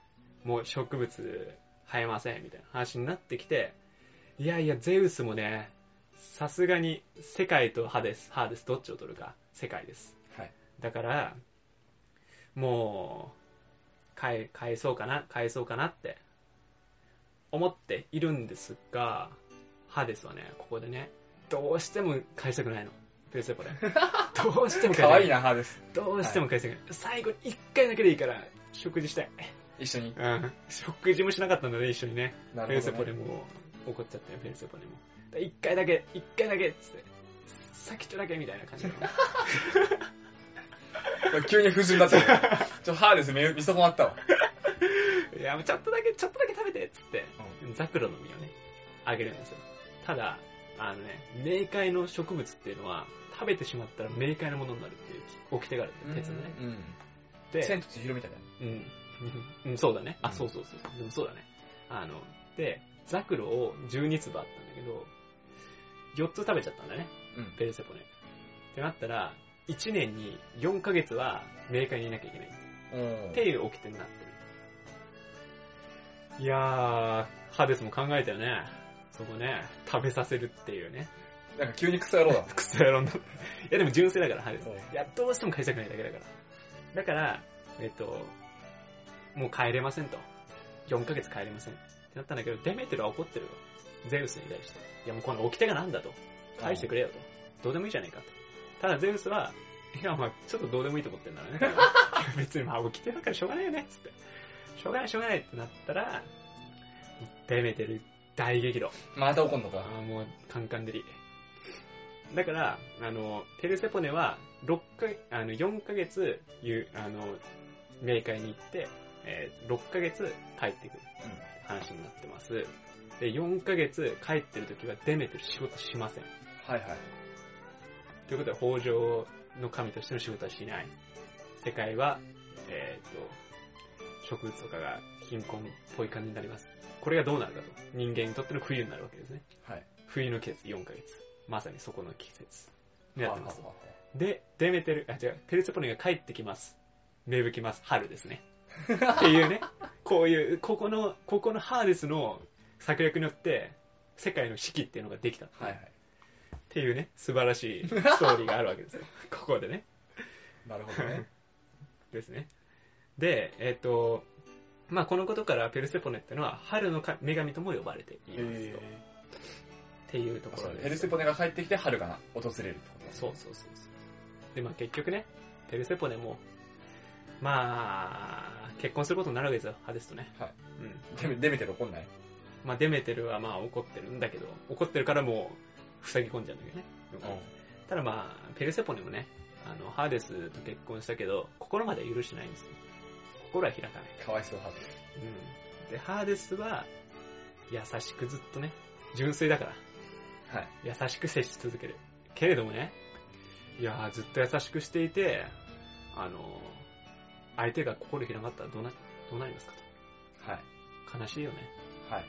Speaker 1: もう植物生えませんみたいな話になってきて、いやいや、ゼウスもね、さすがに世界とハデス、ハーデスどっちを取るか、世界です。
Speaker 2: はい。
Speaker 1: だから、もう、返、返そうかな、返そうかなって、思っているんですが、ハデスはね、ここでね、どうしても返したくないの。ペルセポ
Speaker 2: [laughs]
Speaker 1: で。どうしても返したく
Speaker 2: 可愛い
Speaker 1: な
Speaker 2: な、歯です。
Speaker 1: どうしても返したくない。最後に一回だけでいいから、食事したい。
Speaker 2: 一緒に。
Speaker 1: うん。食事もしなかったんだね、一緒にね。
Speaker 2: な
Speaker 1: ペル
Speaker 2: るほ
Speaker 1: セポ
Speaker 2: ど、
Speaker 1: で
Speaker 2: ね。
Speaker 1: も怒っちゃったよ、ペルセポでも。だから一回だけ、一回だけっつって、先っちょだけみたいな感じで。
Speaker 2: 急に不純だったよ。ちょ、歯です。見見損なったわ。
Speaker 1: [laughs] いや、もうちょっとだけ、ちょっとだけ食べてっつって、ザクロの実をね、あげるんですよ。ただ、あのね、冥界の植物っていうのは、食べてしまったら冥界のものになるっていう掟があるんだよ、鉄のね。
Speaker 2: うん。千
Speaker 1: で、
Speaker 2: と千尋みたいだね。
Speaker 1: うん、うん、そうだね。あ、
Speaker 2: うん
Speaker 1: そうそうそうそう。でもそうだね。あの、で、ザクロを12粒あったんだけど、4つ食べちゃったんだね、
Speaker 2: うん。
Speaker 1: ペルセポネ。ってなったら、1年に4ヶ月は冥界にいなきゃいけない。
Speaker 2: お
Speaker 1: っていう掟になってる。いやー、ハデスも考えたよね。そこね、食べさせるっていうね。
Speaker 2: なんか急にクソ野郎だ。
Speaker 1: クソ野郎になって。いやでも純正だから、ハデス。
Speaker 2: うん
Speaker 1: いや、どうしても返したくないだけだから。だから、えっと、もう帰れませんと。4ヶ月帰れません。ってなったんだけど、デメテルは怒ってるよ。ゼウスに対して。いやもうこの掟がなんだと。返してくれよと。どうでもいいじゃねえかと。ただゼウスは、いや、まあちょっとどうでもいいと思ってんだ [laughs] ろうね。彼は別に、まあ起きてるからしょうがないよね、つって。しょうがない、しょうがないってなったら、デメてる大激怒。
Speaker 2: また怒んの
Speaker 1: あ
Speaker 2: か。
Speaker 1: ーもう、カンカン照り。だから、あの、ペルセポネは、6か、あの、4ヶ月、ゆあの、冥界に行って、えー6ヶ月帰ってくる
Speaker 2: う
Speaker 1: 話になってます。で、4ヶ月帰ってる時はデメてる仕事しません。
Speaker 2: ん。はいはい。
Speaker 1: ということは、北条の神としての仕事はしない。世界は、えっと、植物とかが貧困っぽい感じになります。これがどうなるかと。人間にとっての冬になるわけですね。
Speaker 2: はい。
Speaker 1: 冬の季節、4ヶ月。まさにそこの季節。に
Speaker 2: は
Speaker 1: なっ
Speaker 2: あは
Speaker 1: てます。
Speaker 2: あは
Speaker 1: で、デメテル、あ、違う、ペルセポネが帰ってきます。芽吹きます。春ですね。っていう
Speaker 2: [laughs]
Speaker 1: ね、こういう、ここの、ここのハーデスの策略によって、世界の四季っていうのができた。
Speaker 2: あはいはい。
Speaker 1: っていう
Speaker 2: [laughs]
Speaker 1: ね、素晴らしいストーリーがあるわけですよ。ここでね。
Speaker 2: なるほどね。
Speaker 1: ですね。で、えっ、と、まあ、このことからペルセポネってのは春のか女神とも呼ばれて [laughs] いますと。
Speaker 2: え
Speaker 1: っていうと
Speaker 2: ーあ
Speaker 1: こ
Speaker 2: そう
Speaker 1: ろ
Speaker 2: ね
Speaker 1: です。
Speaker 2: ヘルセポネが帰ってきて春が訪れるってことね
Speaker 1: そうそうそうそう。で、まあ、結局ね、ペルセポネも、まあ、結婚することになるわけですよ、ハデスとね。
Speaker 2: はい
Speaker 1: うん。
Speaker 2: デメデメテル怒んない
Speaker 1: まあ、デメテルはまあ怒ってるんだけど、怒ってるからもう、塞ぎ込んじゃうんだけどね。ただまあ、ペルセポネもね、あの、ハーデスと結婚したけど、心まで許してないんですよ。心は開かない。
Speaker 2: かわいそうハデ
Speaker 1: うん。で、ハーデスは、優しくずっとね、純粋だから、
Speaker 2: ス。はい。
Speaker 1: 優しく接し続ける。けれどもね、いやー、ずっと優しくしていて、あのー、相手が心開かったらどうな、どうなりますか
Speaker 2: はい。
Speaker 1: と。悲しいよね。
Speaker 2: はい。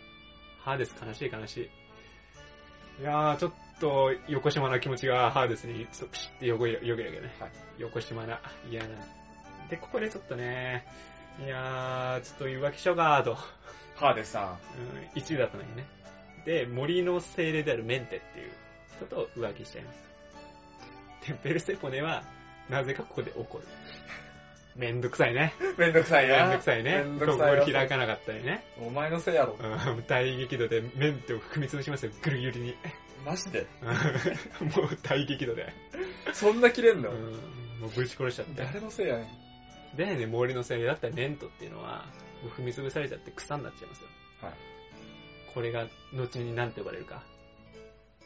Speaker 1: ハーデス悲しい悲しい。いやー、ちょっと、横島な気持ちがハーデスに、ちょっとピシッて横よ、よけるけどね。
Speaker 2: はい
Speaker 1: 横島な、嫌な。で、ここでちょっとね、いやー、ちょっと浮気しようかーと。
Speaker 2: ハーデスさん。
Speaker 1: うん、1位だったのにね。で、森の精霊であるメンテっていう人と浮気しちゃいます。で、ベルセポネは、なぜかここで怒る。めんどくさいね。
Speaker 2: めんどくさい
Speaker 1: め
Speaker 2: な。
Speaker 1: んどくさいね
Speaker 2: め。んどくさい
Speaker 1: 心
Speaker 2: よ
Speaker 1: 開かなかったりね。
Speaker 2: お前のせいやろ。
Speaker 1: うん、大激怒でメンテを踏み潰しますよ、ぐるぐるに。
Speaker 2: マジで
Speaker 1: うんもう大激怒で。
Speaker 2: そんな切れん
Speaker 1: う
Speaker 2: の
Speaker 1: ん、もうぶち殺しちゃって。
Speaker 2: 誰のせい [laughs] やねん。
Speaker 1: でね、森の精霊だったらメントっていうのは、もう踏み潰されちゃって草になっちゃいますよ。
Speaker 2: はい。
Speaker 1: これが後に何て呼ばれるか。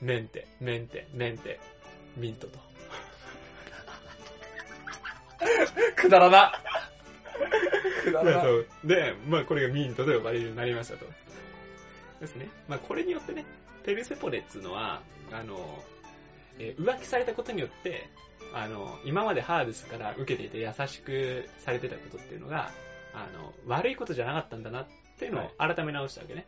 Speaker 1: メンテ、メンテ、メンテ、ミントと。
Speaker 2: くだらな。くだ
Speaker 1: まあ
Speaker 2: ら
Speaker 1: そ
Speaker 2: な。
Speaker 1: うで、まあこれがミントと呼ばれるようになりましたと。ですね。まあこれによってね、ペルセポレっつうのは、あの、えー浮気されたことによって、あの、今までハーデスから受けていて優しくされてたことっていうのが、あの、悪いことじゃなかったんだなっていうのを改め直したわけね。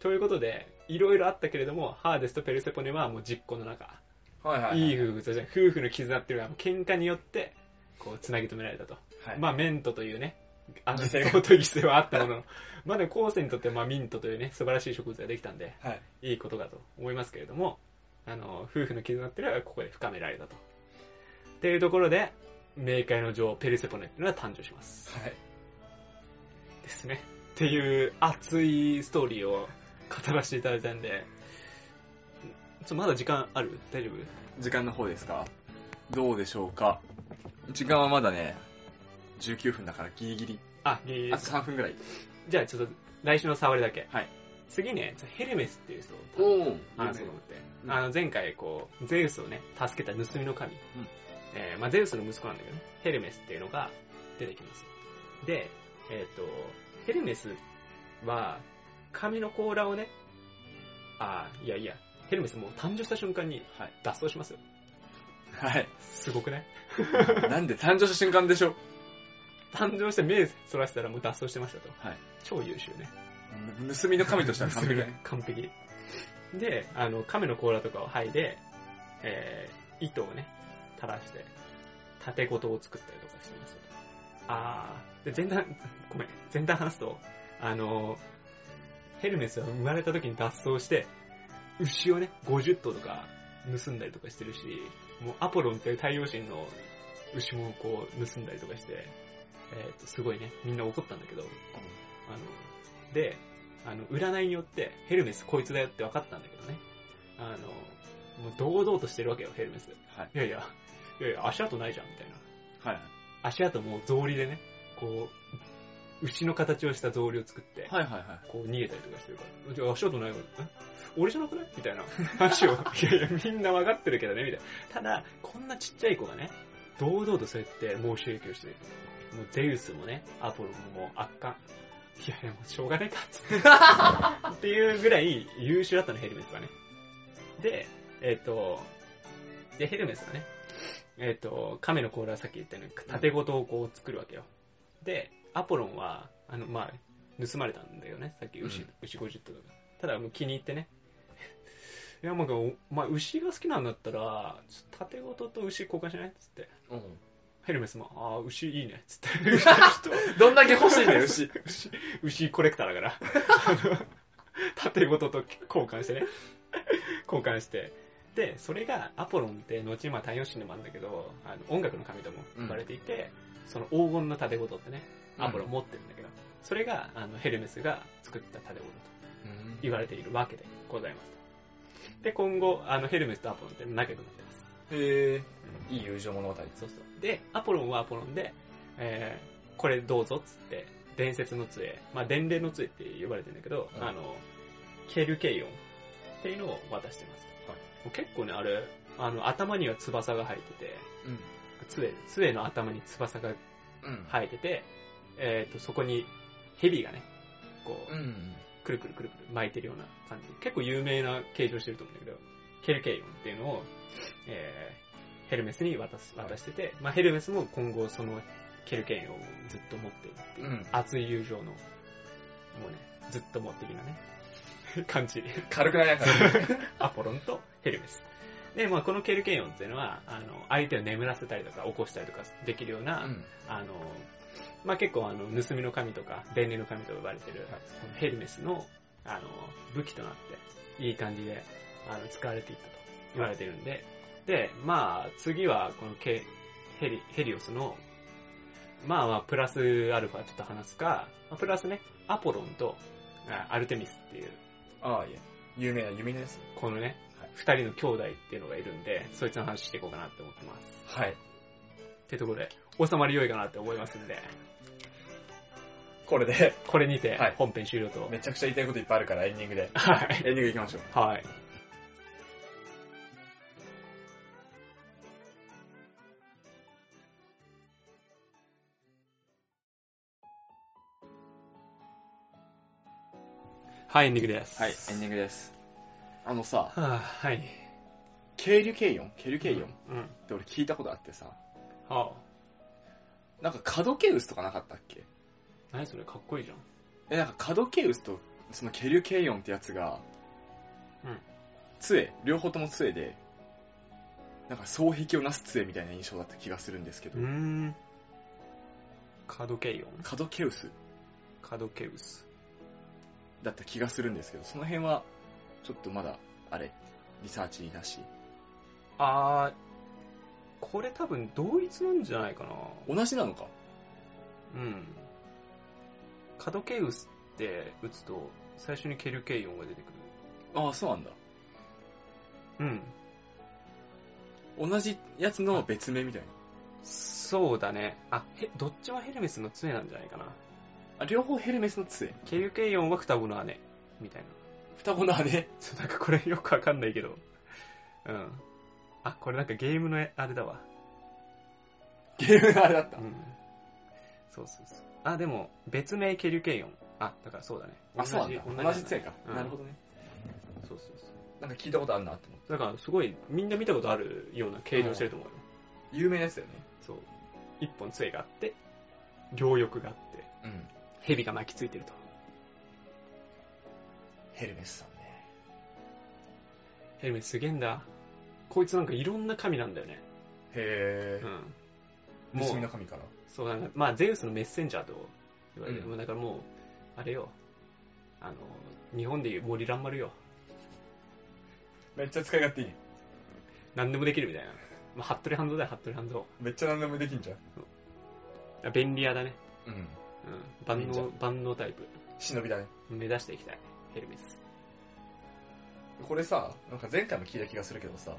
Speaker 1: ということで、いろいろあったけれども、ハーデスとペルセポネはもう実行の中、
Speaker 2: はいはいはい。
Speaker 1: いい夫婦とじゃない夫婦の絆っていうのは、喧嘩によって、こう、つなぎ止められたと。
Speaker 2: はい。
Speaker 1: まあ、メントというね、あの、
Speaker 2: 犠牲が
Speaker 1: 相当犠牲はあったものの、まあね、後世にとっては、まあ、ミントというね、素晴らしい植物ができたんで、
Speaker 2: はい。
Speaker 1: いいことだと思いますけれども、あの、夫婦の絆っていうのは、ここで深められたと。っていうところで、冥界の女王、ペルセポネっていうのは誕生します。
Speaker 2: はい。
Speaker 1: ですね。っていう、熱いストーリーを語らせていただいたんで、ちょまだ時間ある大丈夫
Speaker 2: 時間の方ですかどうでしょうか時間はまだね、19分だからギリギリ。
Speaker 1: あ、いいいい
Speaker 2: あと3分ぐらい。
Speaker 1: じゃあちょっと来週の触りだけ。
Speaker 2: はい
Speaker 1: 次ね、ヘルメスっていう人
Speaker 2: お
Speaker 1: を
Speaker 2: お
Speaker 1: 話そうと思って。
Speaker 2: うん
Speaker 1: あの前回こう、ゼウスをね、助けた盗みの神。えーまあゼウスの息子なんだけどね、ヘルメスっていうのが出てきます。で、えっ、と、ヘルメスは、髪の甲羅をね、あー、いやいや、ヘルメスもう誕生した瞬間に
Speaker 2: はい
Speaker 1: 脱走しますよ。
Speaker 2: はい。
Speaker 1: すごくない
Speaker 2: なんで誕生した瞬間でしょ
Speaker 1: 誕生して目そらしたらもう脱走してましたと。
Speaker 2: はい
Speaker 1: 超優秀ね。
Speaker 2: 盗みの神としては完璧だね。
Speaker 1: 完璧であの亀の甲羅とかを剥いで、えー糸をね垂らして縦ごとを作ったりとかしてましたあーで前段 [laughs] ごめん前段話すとあのヘルメスは生まれた時に脱走して牛をね50頭とか盗んだりとかしてるしもうアポロンっていう太陽神の牛もこう盗んだりとかして、えー、とすごいねみんな怒ったんだけどあの、で、あの、占いによって、ヘルメスこいつだよって分かったんだけどね。あの、もう堂々としてるわけよ、ヘルメス。い
Speaker 2: はい。
Speaker 1: やいや、いやいや、足跡ないじゃん、みたいな。
Speaker 2: はい。
Speaker 1: 足跡もう草履でね、こう、牛の形をした草履を作って、
Speaker 2: はいはいはい。
Speaker 1: こう逃げたりとかしてるから、じゃあ足跡ないわ、え俺じゃなくないみたいな話
Speaker 2: [laughs]
Speaker 1: を、いやいや、みんな分かってるけどね、みたいな。ただ、こんなちっちゃい子がね、堂々とそうやって申し影響してる。もうゼウスもね、アポロンも圧巻。いやいや、もうしょうがないか、つって。っていうぐらい優秀だったの、ヘルメスはね。で、えっ、と、で、ヘルメスはね、えっ、と、亀の甲羅はさっき言ったように、縦ごとをこう作るわけよ。で、アポロンは、あの、まあ、盗まれたんだよね、さっき牛、
Speaker 2: うん
Speaker 1: 牛50頭とか。ただもう気に入ってね。 [laughs] いや、もう、お前牛が好きなんだったら、ちょっと縦ごとと牛交換しないっつって。ヘルメスも、ああ、牛いいね、つって。牛
Speaker 2: どんだけ欲しいんだ [laughs] よ、牛。
Speaker 1: 牛牛コレクターだから [laughs] あの縦ごとと交換してね交換してでそれがアポロンって後にまあ太陽神でもあるんだけどあの音楽の神とも呼ばれていて、その黄金の縦ごとってねアポロン持ってるんだけど、それがあのヘルメスが作った縦ごとと言われているわけでございますで今後あのヘルメスとアポロンって仲良くなってます
Speaker 2: へえ。いい友情物語。
Speaker 1: そうそう。で、アポロンはアポロンで、えーこれどうぞっつって、伝説の杖、まあ伝令の杖って呼ばれてるんだけど、
Speaker 2: うん
Speaker 1: あの、ケルケイオンっていうのを渡してます。
Speaker 2: はい
Speaker 1: もう結構ね、あれ、あの、頭には翼が生えてて、
Speaker 2: うん。
Speaker 1: 杖、杖の頭に翼が
Speaker 2: うん。
Speaker 1: 生えてて、えっ、と、そこに蛇がね、こう、
Speaker 2: ん。
Speaker 1: くるくるくるくる巻いてるような感じ。結構有名な形状してると思うんだけど、ケルケイオンっていうのを、えー、ヘルメスに渡す、渡してて、まあヘルメスも今後そのケルケイオンをずっと持ってるっていう、
Speaker 2: うん
Speaker 1: 熱い友情の、もうね、ずっと持ってるようなね、 [laughs] 感じ。
Speaker 2: 軽くなりながら。 [laughs]
Speaker 1: アポロンとヘルメス。で、まあこのケルケイオンっていうのは、あの、相手を眠らせたりとか起こしたりとかできるような、
Speaker 2: うん。
Speaker 1: あの、まあ、結構あの、盗みの神とか、伝令の神と呼ばれてる、
Speaker 2: はい
Speaker 1: このヘルメスの、あの、武器となって、いい感じで、あの、使われていったと言われてるんで、で、まあ、次は、このケヘリ、ヘリオスの、まあまあ、プラスアルファちょっと話すか、まあプラスね、アポロンと、あアルテミスっていう、
Speaker 2: ああ、いや。有名な弓のやつ。
Speaker 1: このね
Speaker 2: はい、
Speaker 1: 二、人の兄弟っていうのがいるんで、そいつの話していこうかなって思ってます。
Speaker 2: はい。
Speaker 1: ってところで、収まり良いかなって思いますんで。
Speaker 2: これで、 [laughs]
Speaker 1: これにて
Speaker 3: はい
Speaker 1: 本編終了と。はい。
Speaker 2: めちゃくちゃ言いたいこといっぱいあるから、エンディングで。
Speaker 1: はい。
Speaker 3: エンディングいきましょう。
Speaker 1: はい。エンディングです。
Speaker 3: はい、エンディングです。あのさ、
Speaker 1: はあ、はい。
Speaker 3: 軽流軽音軽流軽音っ
Speaker 1: うん。
Speaker 3: て俺聞いたことあってさ、
Speaker 1: はあ。
Speaker 3: なんかカドケウスとかなかったっけ
Speaker 1: 何それかっこいいじゃん。
Speaker 3: え、なんかカドケウスとその軽流軽音ってやつが、
Speaker 1: うん。
Speaker 3: 杖、両方とも杖で、なんか双璧をなす杖みたいな印象だった気がするんですけど
Speaker 1: うー、ん。カドケイオン。
Speaker 3: カドケウス
Speaker 1: カドケウス。
Speaker 3: だった気がするんですけど、その辺は、ちょっとまだ、あれ、リサーチなし。
Speaker 1: あー、これ多分同一なんじゃないかな。
Speaker 3: 同じなのか
Speaker 1: うん。カドケウスって打つと、最初にケルケイオンが出てく
Speaker 3: ああ、そうなんだ。
Speaker 1: る。うん。
Speaker 3: 同じやつの別名みたいな。
Speaker 1: そうだね。あ、へどっちもヘルメスの杖なんじゃないかな。
Speaker 3: あ、両方ヘルメスの杖。
Speaker 1: ケルケイオンは双子の姉。みたいな。
Speaker 3: 双子の姉。 [laughs]
Speaker 1: ちょっとなんかこれよくわかんないけど。うん。あ、これなんかゲームのあれだわ。
Speaker 3: ゲームのあれだった
Speaker 1: う。ん。そうそうそう。あ、でも、別名ケルケイオン。あ、だからそうだね。
Speaker 3: あ、そうなんだ。同じ
Speaker 1: 同じ
Speaker 3: 杖か、
Speaker 1: うん
Speaker 3: なるほどね。
Speaker 1: そうそうそう。
Speaker 2: なんか聞いたことあるなって思っ
Speaker 1: だからすごい、みんな見たことあるような形状してると思うよ。
Speaker 3: 有名なやつだよね。
Speaker 1: そう。一本杖があって、両翼があって、
Speaker 2: て。うん。
Speaker 1: 蛇が巻きついてると。
Speaker 2: ヘルメスさんね。
Speaker 1: ヘルメすげえんだ。こいつなんかいろんな神なんだよね。
Speaker 2: へ
Speaker 1: うん。
Speaker 2: ぇ
Speaker 1: も
Speaker 2: ー。
Speaker 1: う
Speaker 2: 盗みの神から。
Speaker 1: そうなんか、まあ、ゼウスのメッセンジャーと言われて、
Speaker 2: うん
Speaker 1: もうだからもう、あれよ、あの、日本でいう森蘭丸よ。
Speaker 2: めっちゃ使い勝手いい。
Speaker 1: 何でもできるみたいな。まあ、服部半蔵だよ、服部半蔵。
Speaker 2: めっちゃ何でもできんじゃん。
Speaker 1: 便利屋だね。
Speaker 2: うん。
Speaker 1: うん。万
Speaker 2: 忍
Speaker 1: 能、万能タイプ。
Speaker 2: 忍びだね。
Speaker 1: 目指していきたい。ヘルメス。
Speaker 2: これさ、なんか前回も聞いた気がするけどさ、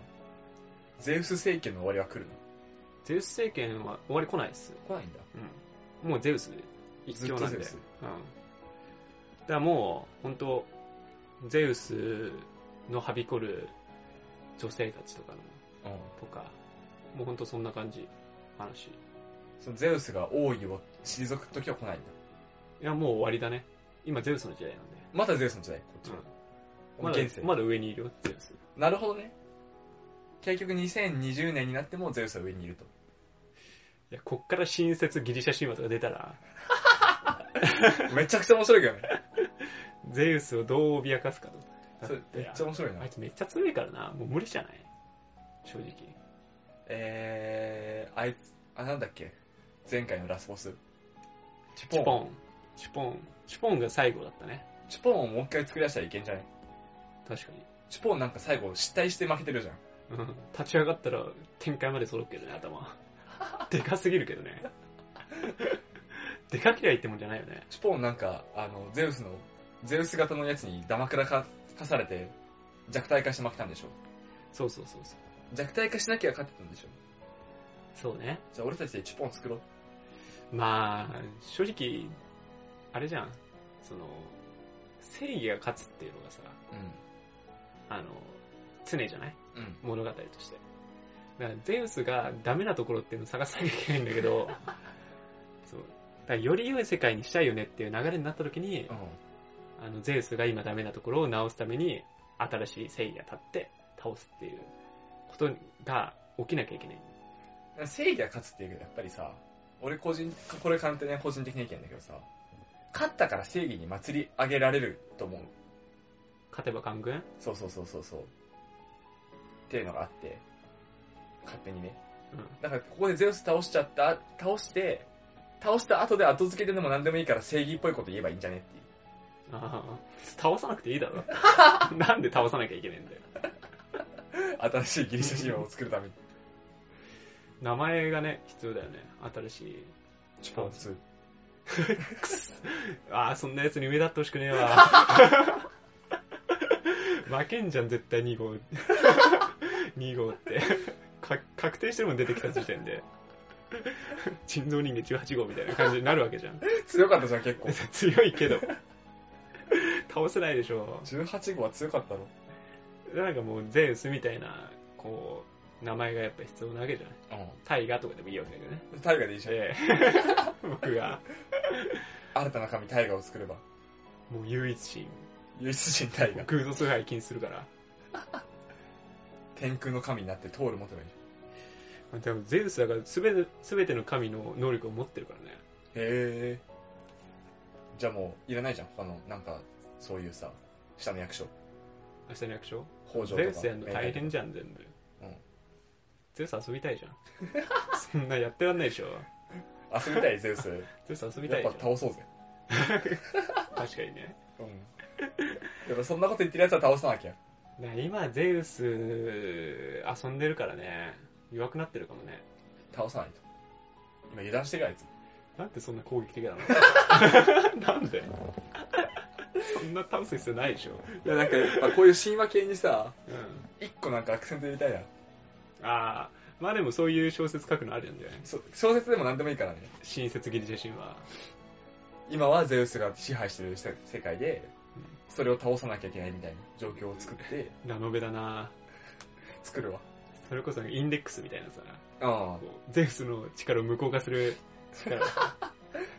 Speaker 2: ゼウス政権の終わりは来るの
Speaker 1: ゼウス政権は終わり来ないです。
Speaker 2: 来ないんだ。
Speaker 1: うん。もうゼウス一
Speaker 2: ずっ
Speaker 1: 強
Speaker 2: と
Speaker 1: なん
Speaker 2: ゼ
Speaker 1: で。うん。
Speaker 2: ウ
Speaker 1: だ
Speaker 2: ス。
Speaker 1: からもう、本当ゼウスのはびこる女性たちとかの、
Speaker 2: うん。
Speaker 1: とか、もう本当そんな感じ、話。
Speaker 2: そのゼウスが王位を退く時は来ないんだ。
Speaker 1: いや、もう終わりだね。今、ゼウスの時代なんで。
Speaker 2: まだゼウスの時代、こっちは。
Speaker 1: まだ
Speaker 2: 現世、
Speaker 1: まだ上にいるよ、ゼウス。
Speaker 2: なるほどね。結局2020年になってもゼウスは上にいると。
Speaker 1: いや、こっから新設ギリシャ神話とか出たら、
Speaker 2: めちゃくちゃ面白いけどね。
Speaker 1: ゼウスをどう脅かすかと。
Speaker 2: それめっちゃ面白いな
Speaker 1: あい。つめっちゃ強いからな。もう無理じゃない正直。
Speaker 2: えー、あいつ、あ、なんだっけ前回のラスボス。チ
Speaker 1: チュポ
Speaker 2: ポン。
Speaker 1: ン。チュポン。チュポンが最後だったね。
Speaker 2: チュポンをもう一回作り出したらいけんじゃね
Speaker 1: 確かに。
Speaker 2: チュポンなんか最後失態して負けてるじゃん。
Speaker 1: うん。立ち上がったら展開まで揃うけどね、 [laughs] 頭。でかすぎるけどね。でかきゃいいってもんじゃないよね。
Speaker 2: チュポンなんか、あの、ゼウスの、ゼウス型のやつにダマくらかかされて弱体化して負けたんでしょ
Speaker 1: そうそうそうそう。
Speaker 2: 弱体化しなきゃ勝ってたんでしょ
Speaker 1: そうね。
Speaker 2: じゃあ俺たちでチュポン作ろう。
Speaker 1: まあ、正直、あれじゃん。その、正義が勝つっていうのがさ、あの、常じゃない
Speaker 2: うん。うん。
Speaker 1: 物語として。だから、ゼウスがダメなところっていうのを探さなきゃいけないんだけ [laughs] ど、そう。だからより良い世界にしたいよねっていう流れになった時に、
Speaker 2: う
Speaker 1: あの、ゼウスが今ダメなところを直すために、新しい正義が立って倒すっていうことが起きなきゃいけない。
Speaker 2: ん。正義が勝つっていうけど、やっぱりさ、俺個人、これ簡単な個人的な意見だけどさ、勝ったから正義に祭り上げられると思う。
Speaker 1: 勝てば官軍
Speaker 2: そうそうそうそうそう。っていうのがあって、勝手にね。
Speaker 1: うん。
Speaker 2: だからここでゼウス倒しちゃった、倒して、倒した後で後付けででも何でもいいから正義っぽいこと言えばいいんじゃねっていう。
Speaker 1: ああ、倒さなくていいだろ。なんで倒さなきゃいけないんだよ。
Speaker 2: 新しいギリシャ神話を作るために。
Speaker 1: 名前がね、必要だよね。新しい。
Speaker 2: チュポン2。
Speaker 1: ああ、そんな奴に上だってほしくねえわ。負けんじゃん、絶対2号。2号って。か確定してるもん出てきた時点で。人造人間18号みたいな感じになるわけじゃん。
Speaker 2: 強かったじゃん、結 [laughs] 構。
Speaker 1: 強いけど。 [laughs] 倒せないでしょ。
Speaker 2: 18号は強かったろ。
Speaker 1: なんかもうゼウスみたいな、こう、名前がやっぱ必要なわけじゃない。
Speaker 2: う
Speaker 1: タイガとかでもいいわけだけどね。
Speaker 2: ん。大河でいいじゃん。
Speaker 1: で、 [laughs] 僕が、
Speaker 2: 新たな神大河を作れば。
Speaker 1: もう唯一神、
Speaker 2: 唯一人大河。
Speaker 1: 偶像崇拝禁止するから。
Speaker 2: 天空の神になって通る持てばいいじ
Speaker 1: でもゼウスだからすべて、すべての神の能力を持ってるからね。
Speaker 2: ゃん。へえ。じゃあもう、いらないじゃん。他の、なんか、そういうさ、下の役所。
Speaker 1: 明日の役所
Speaker 2: 北条とか。
Speaker 1: ゼウスやるの大変じゃん、全部。
Speaker 2: うん
Speaker 1: ゼウス遊びたいじゃん。 [laughs] そんなやってらんないでしょ。
Speaker 2: 遊びたい、ゼ
Speaker 1: [laughs]
Speaker 2: ウス。
Speaker 1: ゼウス遊びた
Speaker 2: や
Speaker 1: い
Speaker 2: っ
Speaker 1: じ
Speaker 2: ぱ
Speaker 1: ゃん。
Speaker 2: 倒そうぜ。
Speaker 1: 確かにね。
Speaker 2: うん。やっぱそんなこと言ってる奴は倒さなきゃ。
Speaker 1: な今、ゼウス、遊んでるからね。弱くなってるかもね。
Speaker 2: 倒さないと。今油断してるやつ。
Speaker 1: なんでそんな攻撃的なの [laughs] なんで [laughs] そんな倒す必要ないでしょ。
Speaker 2: いや、なんか、やっぱこういう神話系にさ、
Speaker 1: うん。
Speaker 2: 一個なんかアクセント入れたいな。
Speaker 1: ああ、まあでもそういう小説書くのあるんじゃない
Speaker 2: そ小説でも何でもいいからね。
Speaker 1: 新説ギリシャ神話。
Speaker 2: 今はゼウスが支配してる世世界で
Speaker 1: うん、
Speaker 2: それを倒さなきゃいけないみたいな状況を作って、
Speaker 1: ラノベだな
Speaker 2: 作るわ。
Speaker 1: それこそインデックスみたいなさ、
Speaker 2: ああ
Speaker 1: こ。うゼウスの力を無効化する [laughs] 力。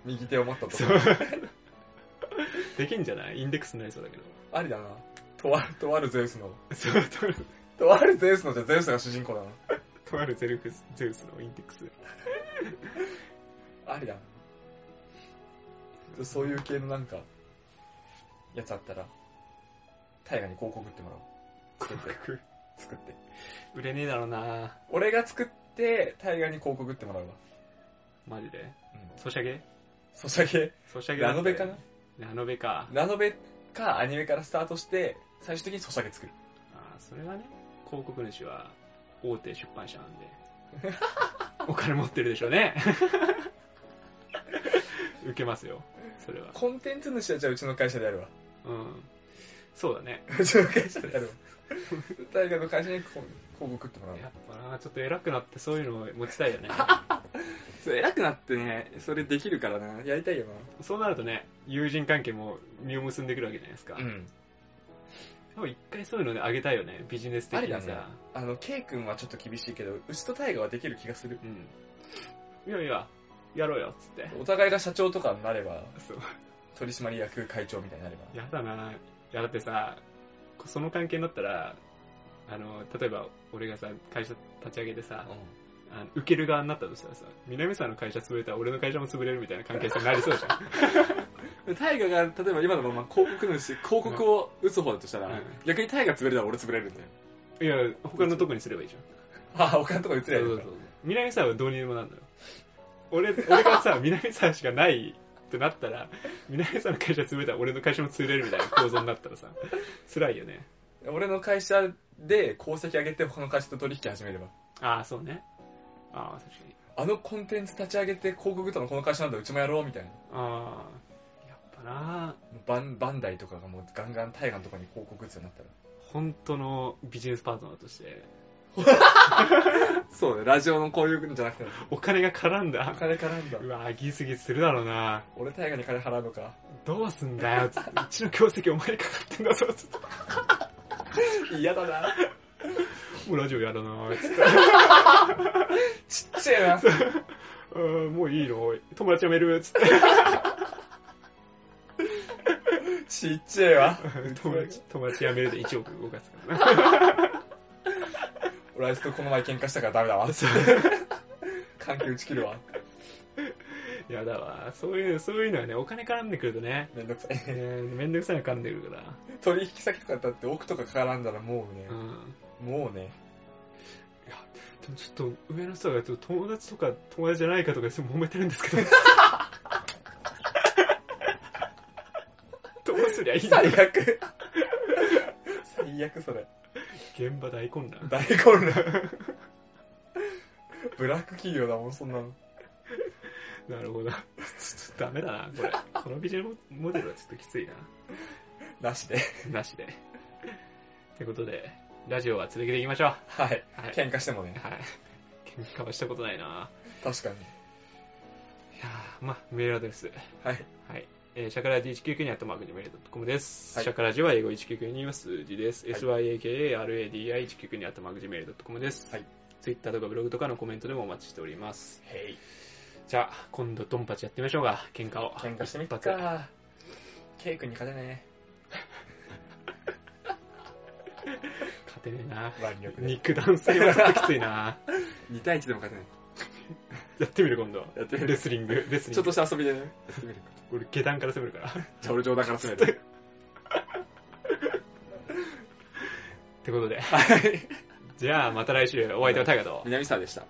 Speaker 2: 右手を持ったと
Speaker 1: そ
Speaker 2: こ
Speaker 1: う。 [laughs] できんじゃないインデックスになりそうだけど。
Speaker 2: ありだな。とある、とあるゼウスの。
Speaker 1: そう、とある、
Speaker 2: とあるゼウスのじゃあゼウスが主人公だな。
Speaker 1: とあるゼルフスゼウスのインデックス。
Speaker 2: ありだな。そういう系のなんか、やつあったら、大河に広告打ってもらおう。作って、作って。
Speaker 1: 売れねえだろうな
Speaker 2: 俺が作って、大河に広告打ってもらうわ。
Speaker 1: マジで。
Speaker 2: うん。
Speaker 1: ソシャゲ
Speaker 2: ソシャゲ、
Speaker 1: ソシャゲだ
Speaker 2: ラ
Speaker 1: って
Speaker 2: ノベかな
Speaker 1: ラノベか。
Speaker 2: ラノベかアニメからスタートして、最終的にソシャゲ作る。
Speaker 1: あーそれはね、広告主は大手出版社なんで、
Speaker 2: [laughs]
Speaker 1: お金持ってるでしょうね。 [laughs] 受けますよ、それは。
Speaker 2: コンテンツ主はじゃあうちの会社でやるわ。
Speaker 1: うん。そうだね。
Speaker 2: うちの会社で
Speaker 1: [laughs]
Speaker 2: やるわ。大河の会社に広広告打ってもらうわ
Speaker 1: やっぱな、ちょっと偉くなってそういうのを持ちたい
Speaker 2: [laughs]
Speaker 1: よね。
Speaker 4: そう偉くなってね、それできるからな。やりたいよな。
Speaker 1: そうなるとね、友人関係も実を結んでくるわけじゃないですか。
Speaker 2: うん。
Speaker 1: 多分一回そういうのであげたいよね、ビジネス的な
Speaker 2: ありだ
Speaker 1: さ。
Speaker 2: あの、ケイ君はちょっと厳しいけど、うちと大河はできる気がする。
Speaker 1: うん。いやいや、やろうよ、つって。
Speaker 2: お互いが社長とかになれば、
Speaker 1: そう。
Speaker 2: 取締役会長みたいになれば。
Speaker 1: やだな。いや、だってさ、その関係になったら、あの、例えば俺がさ、会社立ち上げてさ、あの受ける側になったとしたらさ、南さんの会社潰れたら俺の会社も潰れるみたいな関係性になりそうじ [laughs] ゃ
Speaker 4: タイガが、例えば今のまま広告主、広告を打つ方だとしたら、
Speaker 1: うん
Speaker 4: 逆にタイガ潰れたら俺潰れるんだよ。
Speaker 1: ん。いや、他のとこにすればいいじゃ
Speaker 2: ああ、他のとこ移れ
Speaker 1: ん。そ
Speaker 2: るの
Speaker 1: う
Speaker 2: か
Speaker 1: そうそう。南さんはどうにでもなんだよ。俺、俺がさ、 [laughs] 南さんしかないってなったら、南さんの会社潰れたら俺の会社も潰れるみたいな構造になったらさ、辛いよね。
Speaker 2: 俺の会社で功績上げて他の会社と取引始めれば。
Speaker 1: ああ、そうね。ああ、確かに。
Speaker 2: あのコンテンツ立ち上げて広告打ったのこの会社なんだ、うちもやろうみたいな。
Speaker 1: ああ、やっぱな。
Speaker 2: バンバンダイとかがもうガンガン大河のとこに広告打つようになったら。
Speaker 1: 本当のビジネスパートナーとして、
Speaker 4: そうね、ラジオのこういうんじゃなくて、
Speaker 1: お金が絡ん
Speaker 2: お
Speaker 1: だ。
Speaker 2: 金絡んだ
Speaker 1: う。わギスギスするだろうな。
Speaker 2: 俺大河に金払うのか。
Speaker 1: どうすんだよ、つって。うちの業績お前にかかってんだぞ、つって。
Speaker 2: 嫌だな。
Speaker 1: もうラジオやらない、つって。
Speaker 2: [laughs] ちっちゃいな。
Speaker 1: うーんもういいの友達やめる、つって。 [laughs]
Speaker 2: ちっちゃいわ。
Speaker 1: 友達、友達やめるで1億動かすからな。 [laughs]
Speaker 2: 俺あいつとこの前喧嘩したからダメだわ。関係打ち切るわ。
Speaker 1: やだわ。そういう、そういうのはね、お金絡んでくるとね、
Speaker 2: めんどくさい。
Speaker 1: え
Speaker 2: [laughs]
Speaker 1: ーめんどくさいの絡んでくるから。
Speaker 2: 取引先とかだって奥とか絡んだらもうね
Speaker 1: う、ん。
Speaker 2: もうね。
Speaker 1: でもちょっと、上の人がちょっと友達とか友達じゃないかとかで揉めてるんですけど。どうすりゃいいんだ
Speaker 2: 最悪。最悪それ。
Speaker 1: 現場大混乱。
Speaker 2: 大混乱。ブラック企業だもん、そんなの。
Speaker 1: なるほど。ちょっとダメだな、これ。このビジネスモデルはちょっときつい
Speaker 2: なしで。
Speaker 1: な。なしで。ってことで、ラジオは続けていきましょう。
Speaker 2: はい。
Speaker 1: はい。
Speaker 2: 喧嘩してもね。
Speaker 1: はい。喧嘩はしたことないな
Speaker 5: 確かに。
Speaker 1: いやーまあ、メールアドレス。
Speaker 5: はい。
Speaker 1: はい。えー、シャカラジ199にあったマークジメールドットコムです。
Speaker 5: はい
Speaker 1: シャカラジは英語199には数字です。
Speaker 5: い
Speaker 1: syakaradi199 にあったマークジメールドットコムです。
Speaker 5: はい。
Speaker 1: ツイッターとかブログとかのコメントでもお待ちしております。
Speaker 5: へい。
Speaker 1: じゃあ、今度ドンパチやってみましょうか。喧嘩を。
Speaker 5: 喧嘩してみっ
Speaker 1: 一発
Speaker 5: か。ケイ君に勝てね。
Speaker 1: 勝てねえな。
Speaker 5: 腕力で。
Speaker 1: 肉弾性はちょっときついな。
Speaker 2: 2対1でも勝てない。
Speaker 1: やってみる今度。
Speaker 2: やってみる
Speaker 1: レスリング。レスリング。
Speaker 2: ちょっとした遊びでね。やってみるか
Speaker 1: 俺下段から攻めるから。
Speaker 2: じゃあ俺冗談から攻め [laughs] る。
Speaker 1: ってことで。
Speaker 2: はい。
Speaker 1: じゃあ、また来週、お相手はタイガと。
Speaker 2: 南沢でした。